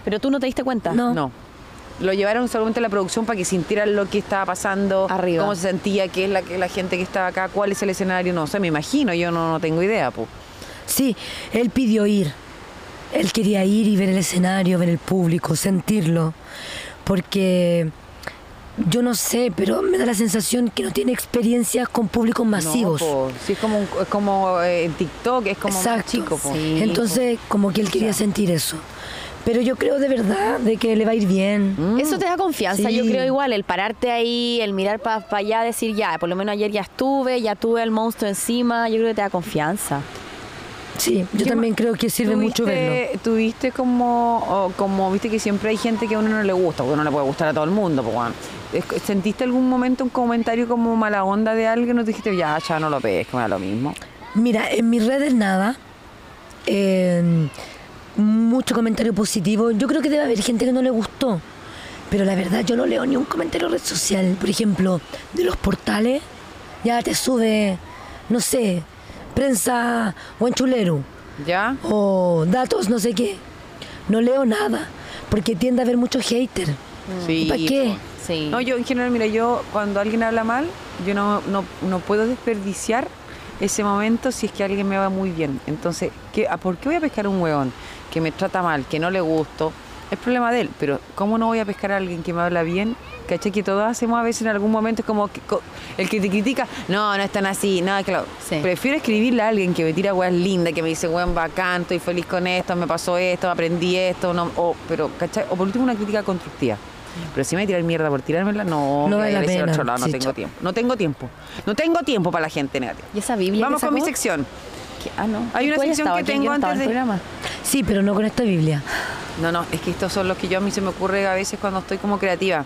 Speaker 2: Pero tú no te diste cuenta.
Speaker 3: No.
Speaker 1: No. Lo llevaron solamente a la producción para que sintieran lo que estaba pasando,
Speaker 2: Arriba.
Speaker 1: cómo se sentía, qué es la, que la gente que estaba acá, cuál es el escenario, no sé, me imagino, yo no, no tengo idea, po.
Speaker 3: Sí, él pidió ir. Él quería ir y ver el escenario, ver el público, sentirlo. Porque yo no sé, pero me da la sensación que no tiene experiencias con públicos masivos.
Speaker 1: No, po. Sí, es como, un- es como eh, en TikTok, es como más
Speaker 3: Exacto.
Speaker 1: chico, po.
Speaker 2: Sí.
Speaker 3: Entonces, como que él quería sentir eso. Pero yo creo de verdad de que le va a ir
Speaker 1: Mm.
Speaker 3: bien.
Speaker 2: Eso te da confianza,
Speaker 3: Sí.
Speaker 2: yo creo igual, el pararte ahí, el mirar para allá, decir ya, por lo menos ayer ya estuve, ya tuve al monstruo encima, yo creo que te da confianza.
Speaker 3: Sí, yo
Speaker 1: ¿Qué
Speaker 3: también
Speaker 1: ma-
Speaker 3: creo que sirve mucho
Speaker 1: ¿Tuviste-
Speaker 3: verlo.
Speaker 1: Tuviste como, o como, viste que siempre hay gente que a uno no le gusta, porque no le puede gustar a todo el mundo, po, weón. Es- ¿Sentiste algún momento un comentario como mala onda de alguien o te dijiste, ya, ya no lo pesco, me da lo mismo?
Speaker 3: Mira, en mis redes nada. Eh, mucho comentario positivo. Yo creo que debe haber gente que no le gustó. Pero la verdad, yo no leo ni un comentario en red social. Por ejemplo, de los portales, ya te sube, no sé, prensa guanchulero
Speaker 1: ¿Ya?
Speaker 3: o datos, no sé qué. No leo nada. Porque tiende a haber mucho hater.
Speaker 1: Sí.
Speaker 3: ¿Para qué?
Speaker 1: po.
Speaker 2: Sí.
Speaker 1: No, yo en general, mira, yo cuando alguien habla mal, yo no, no, no puedo desperdiciar ese momento si es que alguien me va muy bien. Entonces, ¿qué, a ¿por qué voy a pescar a un huevón que me trata mal, que no le gusto? Es problema de él, pero ¿cómo no voy a pescar a alguien que me habla bien? ¿Cachai? Que todos hacemos a veces en algún momento, es como que co- el que te critica, no, no es tan así, no, claro.
Speaker 2: Sí.
Speaker 1: Prefiero escribirle a alguien que me tira weas lindas, que me dice, weón, bacán, estoy feliz con esto, me pasó esto, aprendí esto, no, o, pero, ¿cachai? O por último, una crítica constructiva. Pero si me voy a tirar mierda por tirármela, no,
Speaker 3: No
Speaker 1: me voy
Speaker 3: vale
Speaker 1: a
Speaker 3: la
Speaker 1: ir hacia
Speaker 3: pena,
Speaker 1: otro lado, no
Speaker 3: sí,
Speaker 1: tengo
Speaker 3: chao.
Speaker 1: tiempo. No tengo tiempo. No tengo tiempo para la gente negativa.
Speaker 2: ¿Y esa Biblia
Speaker 1: Vamos
Speaker 2: que
Speaker 1: con mi
Speaker 2: sacó?
Speaker 1: sección.
Speaker 2: Que- Ah, no.
Speaker 1: Hay una
Speaker 2: Tú ya
Speaker 1: sección
Speaker 2: estabas
Speaker 1: que
Speaker 2: aquí, yo
Speaker 1: tengo
Speaker 2: no estaba
Speaker 1: antes
Speaker 2: en el
Speaker 1: de-
Speaker 2: programa.
Speaker 3: Sí, pero no con esta Biblia.
Speaker 1: No, no, es que estos son los que yo a mí se me ocurre a veces cuando estoy como creativa.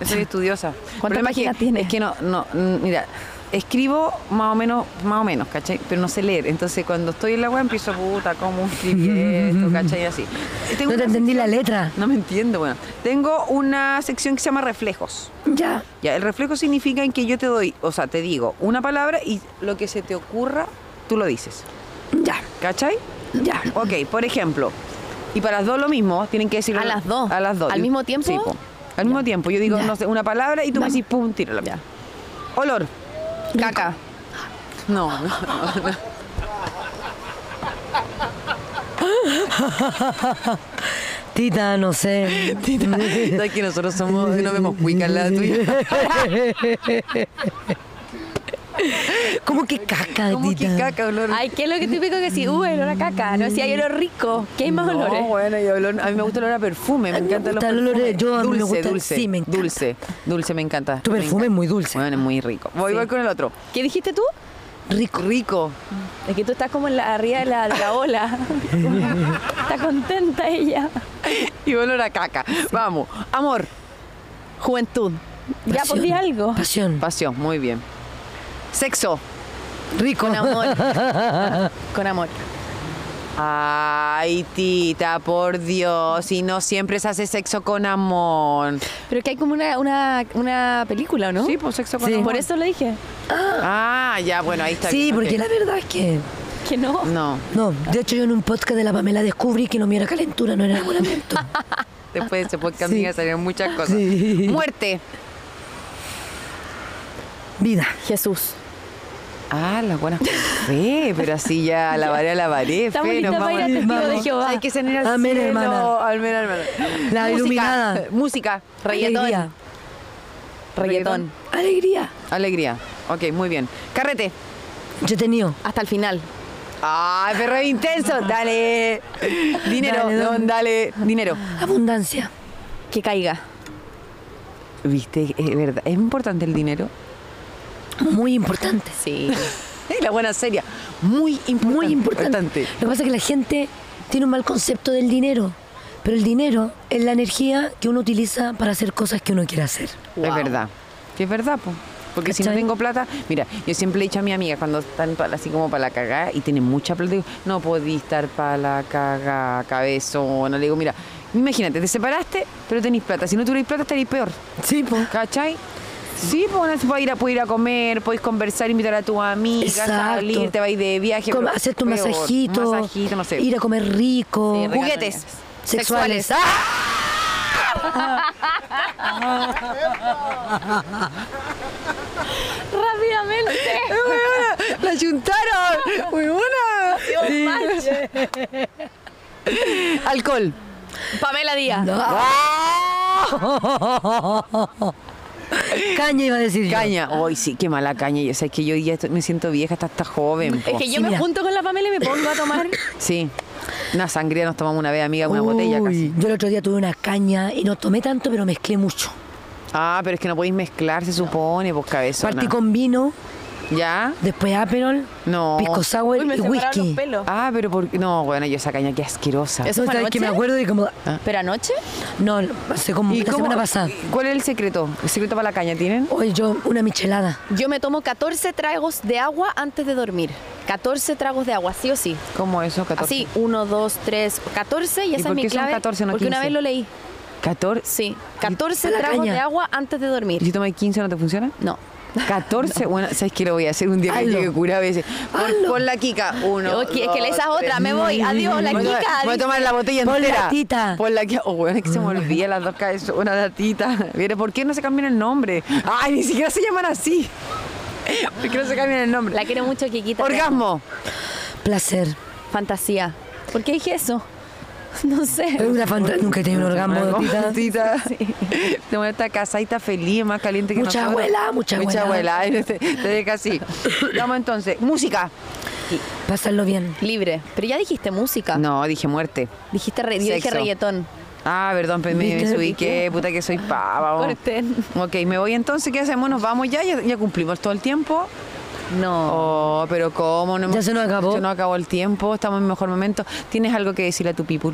Speaker 1: Yo
Speaker 3: [laughs]
Speaker 1: Soy estudiosa. El
Speaker 2: ¿Cuántas
Speaker 1: problema es que-
Speaker 2: páginas tiene?
Speaker 1: Es que no, no, mm, mira, escribo más o menos, más o menos, ¿cachai? Pero no sé leer. Entonces cuando estoy en la web empiezo, puta, ¿cómo escribí
Speaker 3: [laughs]
Speaker 1: esto? ¿Cachai? Y Así. Tengo
Speaker 3: No
Speaker 1: una
Speaker 3: te entendí la
Speaker 1: sección-
Speaker 3: letra.
Speaker 1: No me entiendo, bueno. Tengo una sección que se llama Reflejos.
Speaker 3: Ya.
Speaker 1: Ya, el reflejo significa en que yo te doy, o sea, te digo una palabra y lo que se te ocurra, tú lo dices.
Speaker 3: Ya,
Speaker 1: ¿Cachai?
Speaker 3: ya.
Speaker 1: Ok, por ejemplo, y para las dos lo mismo, tienen que decir
Speaker 2: A las dos.
Speaker 1: A las dos.
Speaker 2: ¿Al
Speaker 1: Y-
Speaker 2: mismo tiempo?
Speaker 1: Sí, po. al mismo tiempo. Yo digo,
Speaker 3: Ya.
Speaker 1: no sé, una palabra y tú me decís, pum, tírala.
Speaker 2: Ya.
Speaker 1: Olor.
Speaker 2: Caca.
Speaker 1: No, no, [laughs] no.
Speaker 3: Tita,
Speaker 1: [laughs]
Speaker 3: no sé.
Speaker 1: Sabes que nosotros somos, no
Speaker 3: [laughs]
Speaker 1: vemos cuica en la tuya.
Speaker 3: ¿Cómo que caca,
Speaker 1: Como que
Speaker 3: Tita?
Speaker 1: caca, olor.
Speaker 2: Ay, ¿qué es lo que típico que sí? Uy, olor a caca. No, si hay olor rico. ¿Qué hay más
Speaker 1: no,
Speaker 2: olores?
Speaker 1: bueno, y olor- a mí me gusta el olor a perfume, me
Speaker 3: A mí me
Speaker 1: encanta
Speaker 3: gusta el olor a- yo a mí me
Speaker 1: dulce,
Speaker 3: gusta-
Speaker 1: dulce,
Speaker 3: sí, me encanta.
Speaker 1: dulce, dulce, me encanta.
Speaker 3: Tu
Speaker 1: me
Speaker 3: perfume es muy
Speaker 1: encanta.
Speaker 3: dulce.
Speaker 1: Bueno, es muy rico. Voy, voy con el otro.
Speaker 2: ¿Qué dijiste tú?
Speaker 1: Rico. Rico.
Speaker 2: Es que tú estás como en la, arriba de la, de la [laughs] ola. Está contenta ella.
Speaker 1: Y olor a caca. Vamos. Amor.
Speaker 2: Juventud. Ya,
Speaker 3: Pasión,
Speaker 2: pues di algo.
Speaker 3: Pasión.
Speaker 1: Pasión, muy bien. Sexo.
Speaker 3: Rico.
Speaker 2: Con amor.
Speaker 1: [laughs]
Speaker 2: Con amor.
Speaker 1: Ay, tita, por Dios. Y no siempre se hace sexo con amor.
Speaker 2: Pero que hay como una, una, una película, ¿o ¿no?
Speaker 1: Sí, pues sexo con
Speaker 3: Sí.
Speaker 1: amor.
Speaker 2: Por eso le dije
Speaker 1: Ah, ya, bueno, ahí está.
Speaker 3: Sí,
Speaker 1: bien,
Speaker 3: porque
Speaker 1: ok.
Speaker 3: la verdad es que...
Speaker 2: que no.
Speaker 1: No,
Speaker 3: No, de hecho yo en un podcast de la Pamela descubrí que no mira calentura, no
Speaker 1: [laughs]
Speaker 3: era enamoramiento.
Speaker 1: después de ese podcast
Speaker 3: Sí.
Speaker 1: amiga, salieron muchas cosas.
Speaker 3: Sí.
Speaker 1: Muerte.
Speaker 3: Vida.
Speaker 2: Jesús.
Speaker 1: Ah, las buenas con fe, pero así [laughs] ya la varé, la varé.
Speaker 2: Estamos
Speaker 1: fe, nos
Speaker 2: listas para
Speaker 1: vamos
Speaker 2: ir al testigo de
Speaker 1: vamos.
Speaker 2: Jehová.
Speaker 1: Hay que salir al
Speaker 3: Amén,
Speaker 1: cielo.
Speaker 3: hermana.
Speaker 1: Amén, hermana.
Speaker 3: La iluminada.
Speaker 1: Música.
Speaker 3: Alegría.
Speaker 2: Reggaetón.
Speaker 3: Alegría.
Speaker 1: Alegría. Ok, muy bien. Carrete.
Speaker 3: Yo he tenido.
Speaker 2: Hasta el final.
Speaker 1: Ay, perro
Speaker 3: [laughs]
Speaker 1: intenso. Dale. Dinero.
Speaker 3: Dale,
Speaker 1: no,
Speaker 3: dale.
Speaker 1: dale. Dinero.
Speaker 3: Abundancia.
Speaker 2: Que caiga.
Speaker 1: Viste, es verdad. Es importante el dinero.
Speaker 3: Muy importante.
Speaker 2: [laughs] Sí.
Speaker 1: La buena seria. Muy importante.
Speaker 3: Muy importante. Lo que pasa es que la gente tiene un mal concepto del dinero. Pero el dinero es la energía que uno utiliza para hacer cosas que uno quiere hacer.
Speaker 1: Es verdad. Que es verdad, pues. Porque si no
Speaker 3: ¿Cachai?
Speaker 1: tengo plata, mira, yo siempre le he dicho a mi amiga cuando están pa- así como para la cagada y tienen mucha plata, digo, no podí estar para la cagada, cabezona. Le digo, mira, imagínate, te separaste, pero tenés plata. Si no tuvierais plata, estaréis peor.
Speaker 3: Sí, pues.
Speaker 1: ¿Cachai? Sí, pues puedes ir, a, puedes ir a comer, puedes conversar, invitar a tu amiga,
Speaker 3: Exacto.
Speaker 1: salir, te vais de viaje.
Speaker 3: Como
Speaker 1: pero
Speaker 3: hacer tu
Speaker 1: peor,
Speaker 3: masajito,
Speaker 1: masajito, no sé.
Speaker 3: ir a comer rico,
Speaker 1: Sí,
Speaker 3: juguetes
Speaker 1: Juguetes.
Speaker 3: sexuales. ¡Ah!
Speaker 2: Rápidamente.
Speaker 1: ¡La juntaron! ¡Muy buena! Alcohol.
Speaker 2: Pamela Díaz.
Speaker 3: [laughs] Caña iba a decir yo.
Speaker 1: Caña. Hoy sí, qué mala caña. Yo sé que yo ya estoy- me siento vieja hasta, hasta joven. po.
Speaker 2: Es que yo
Speaker 3: Sí,
Speaker 2: me
Speaker 3: mira.
Speaker 2: junto con la Pamela y me pongo a [coughs] tomar.
Speaker 1: Sí. Una sangría nos tomamos una vez, amiga, una botella
Speaker 3: Uy,
Speaker 1: casi.
Speaker 3: Yo el otro día tuve una caña y no tomé tanto, pero mezclé mucho.
Speaker 1: Ah, pero es que no podéis mezclar, se supone, pues cabezona.
Speaker 3: Partí con vino,
Speaker 1: ¿Ya?
Speaker 3: después Aperol,
Speaker 1: No.
Speaker 3: pisco sour
Speaker 2: Uy, me
Speaker 3: y
Speaker 2: separaron
Speaker 3: whisky.
Speaker 2: los pelos.
Speaker 1: Ah, pero por No, bueno, yo esa caña que asquerosa.
Speaker 2: Es- ¿Eso
Speaker 3: No,
Speaker 2: fue
Speaker 3: ¿sabes que me
Speaker 2: anoche?
Speaker 3: acuerdo y como...
Speaker 2: ¿Pero anoche?
Speaker 3: No, hace como la
Speaker 1: cómo-
Speaker 3: semana pasada.
Speaker 1: ¿Cuál es el secreto? ¿El secreto para la caña tienen?
Speaker 3: Hoy yo, una michelada.
Speaker 2: Yo me tomo 14 tragos de agua antes de dormir. 14 tragos de agua, sí o sí.
Speaker 1: ¿Cómo eso? 14.
Speaker 2: Así, 1, 2, 3, 14 y esa
Speaker 1: por
Speaker 2: es mi
Speaker 1: qué son
Speaker 2: clave.
Speaker 1: 14, no
Speaker 2: porque una
Speaker 1: 15?
Speaker 2: vez lo leí.
Speaker 1: 14.
Speaker 2: Sí, 14
Speaker 3: la
Speaker 2: tragos
Speaker 3: caña.
Speaker 2: de agua antes de
Speaker 1: ¿Y si
Speaker 2: dormir.
Speaker 1: tomas 15 no te funciona?
Speaker 2: No.
Speaker 1: 14, bueno, ¿sabes qué? Lo voy a hacer un día que
Speaker 3: Hazlo.
Speaker 1: llegue cura a veces. Pon,
Speaker 3: Hazlo.
Speaker 1: pon la Kika, uno.
Speaker 2: Yo, que- es que
Speaker 1: dos,
Speaker 2: esa es otra,
Speaker 1: tres.
Speaker 2: me voy, adiós, la
Speaker 1: Voy a
Speaker 2: Kika,
Speaker 1: tomar- Voy a
Speaker 2: dice.
Speaker 1: tomar la botella
Speaker 3: Pon la
Speaker 1: entera.
Speaker 3: tita.
Speaker 1: Pon la Kika. Oh, bueno, es que se me olvida las dos cabezas, una la tita. Mire, ¿por qué no se cambian el nombre? Ay, ni siquiera se llaman así. ¿Por qué no se cambian el nombre?
Speaker 2: La quiero mucho, Kikita.
Speaker 1: Orgasmo.
Speaker 3: Placer.
Speaker 2: Fantasía. ¿Por qué dije eso? [laughs] No sé.
Speaker 3: Es una fanta- Nunca he tenido un orgasmo, tita.
Speaker 1: [laughs] Tita. [laughs] Te muero esta casaita feliz, más caliente que
Speaker 3: Mucha
Speaker 1: nosotros.
Speaker 3: abuela, mucha
Speaker 1: Mucha
Speaker 3: abuela.
Speaker 1: abuela. Te, te deja así. Vamos entonces. Música.
Speaker 3: Pasarlo bien.
Speaker 2: Libre. Pero ya dijiste música.
Speaker 1: No, dije muerte.
Speaker 2: Dijiste re- yo dije
Speaker 1: Sexo.
Speaker 2: reggaetón.
Speaker 1: Ah, perdón, pues me,
Speaker 3: ¿Viste?
Speaker 1: me subiqué, puta que soy pava. vos.
Speaker 2: Corten.
Speaker 1: Ok, me voy entonces, ¿qué hacemos? Nos vamos ya, ya, ya cumplimos todo el tiempo.
Speaker 2: No.
Speaker 1: Oh, pero ¿cómo? No
Speaker 3: Ya se nos acabó.
Speaker 1: Se nos acabó el tiempo, estamos en el mejor momento. ¿Tienes algo que decirle a tu people?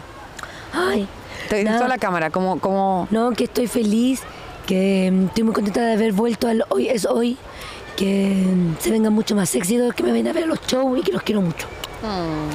Speaker 3: Ay,
Speaker 1: Te
Speaker 3: nada.
Speaker 1: invito a la cámara, como, como
Speaker 3: No, que estoy feliz, que mm, estoy muy contenta de haber vuelto al hoy es hoy, que mm, se vengan mucho más éxitos, que me vengan a ver a los shows y que los quiero mucho.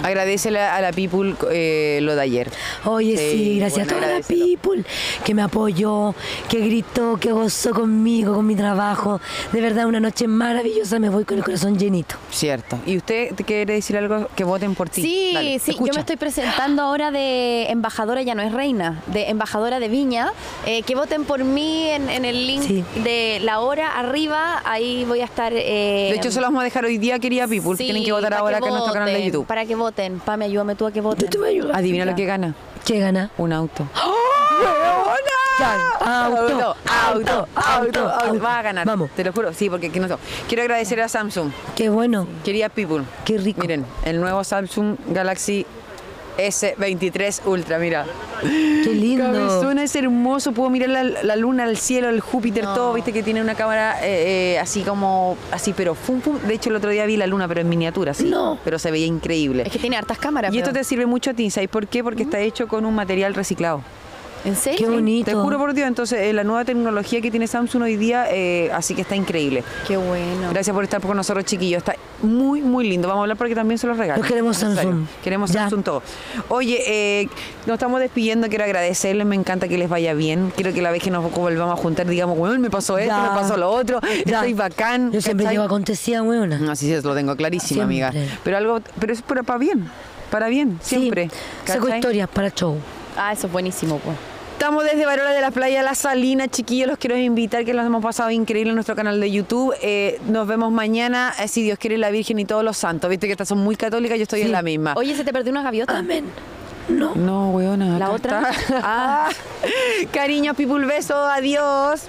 Speaker 1: agradecele a la people eh, lo de ayer.
Speaker 3: Oye,
Speaker 1: Sí,
Speaker 3: sí, gracias
Speaker 1: bueno,
Speaker 3: a toda la
Speaker 1: agradecelo.
Speaker 3: people que me apoyó, que gritó, que gozó conmigo, con mi trabajo. De verdad, una noche maravillosa, me voy con el corazón llenito.
Speaker 1: Cierto. ¿Y usted te quiere decir algo? Que voten por ti.
Speaker 2: Sí,
Speaker 1: Dale.
Speaker 2: sí, yo
Speaker 3: escucha.
Speaker 2: me estoy presentando ahora de embajadora, ya no es reina, de embajadora de Viña. Eh, que voten por mí en, en el link
Speaker 3: Sí.
Speaker 2: de la hora arriba, ahí voy a estar. eh,
Speaker 1: De hecho, se los vamos a dejar hoy día, querida people.
Speaker 2: sí,
Speaker 1: Tienen que votar
Speaker 2: para
Speaker 1: ahora que en nuestro canal de
Speaker 2: voten,
Speaker 1: YouTube.
Speaker 2: Para que voten, Pame, ayúdame tú a que voten.
Speaker 3: Yo te voy a ayudar.
Speaker 1: Adivina lo que gana.
Speaker 3: ¿Qué gana?
Speaker 1: Un auto. ¡Huevona! ¡Oh!
Speaker 3: Auto,
Speaker 1: auto, auto,
Speaker 3: auto,
Speaker 1: auto.
Speaker 3: auto.
Speaker 1: Vas a ganar.
Speaker 3: Vamos.
Speaker 1: Te lo juro. Sí, porque aquí no so- Quiero agradecer a Samsung.
Speaker 3: Qué bueno.
Speaker 1: Querida People.
Speaker 3: Qué rico.
Speaker 1: Miren, el nuevo Samsung Galaxy S23 Ultra, mira.
Speaker 3: Qué lindo.
Speaker 1: Cabezona es hermoso, puedo mirar la, la luna, el cielo, el Júpiter, todo, viste que tiene una cámara eh, eh, así como, así, pero fum, fum. De hecho, el otro día vi la luna, pero en miniatura, sí.
Speaker 3: No.
Speaker 1: Pero se veía increíble.
Speaker 2: Es que tiene hartas cámaras.
Speaker 1: y esto
Speaker 2: creo.
Speaker 1: te sirve mucho a ti, ¿sabes por qué? Porque está hecho con un material reciclado.
Speaker 2: ¿En serio?
Speaker 3: Qué bonito.
Speaker 1: Te juro por Dios, entonces eh, la nueva tecnología que tiene Samsung hoy día, eh, así que está increíble.
Speaker 2: Qué bueno.
Speaker 1: Gracias por estar con nosotros, chiquillos. Está muy, muy lindo. Vamos a hablar porque también se los regalan.
Speaker 3: Los queremos
Speaker 1: Necesario.
Speaker 3: Samsung.
Speaker 1: Queremos
Speaker 3: Ya.
Speaker 1: Samsung todo. Oye, eh, nos estamos despidiendo. Quiero agradecerles. Me encanta que les vaya bien. Quiero que la vez que nos volvamos a juntar digamos, bueno, me pasó esto,
Speaker 3: Ya.
Speaker 1: me pasó lo otro.
Speaker 3: Ya.
Speaker 1: Estoy bacán.
Speaker 3: Yo siempre
Speaker 1: ¿cachai?
Speaker 3: llego acontecida, weona.
Speaker 1: No, sí, sí, lo tengo clarísimo, amiga.
Speaker 3: Siempre.
Speaker 1: Pero algo, pero es para, para bien. Para bien, siempre.
Speaker 3: Sí, saco
Speaker 1: ¿cachai?
Speaker 3: historias para show.
Speaker 2: Ah, eso es buenísimo, pues.
Speaker 1: Estamos desde Barola de la Playa La Salina, chiquillos. Los quiero invitar, que los hemos pasado increíble en nuestro canal de YouTube. Eh, nos vemos mañana, eh, si Dios quiere, la Virgen y todos los santos. Viste que estas son muy católicas, yo estoy en la misma.
Speaker 2: Oye, se te perdió una gaviota.
Speaker 3: Amén. No.
Speaker 1: No, weona.
Speaker 2: La
Speaker 1: acá
Speaker 2: [laughs] otra.
Speaker 1: está. Ah. Cariños, people, besos, adiós.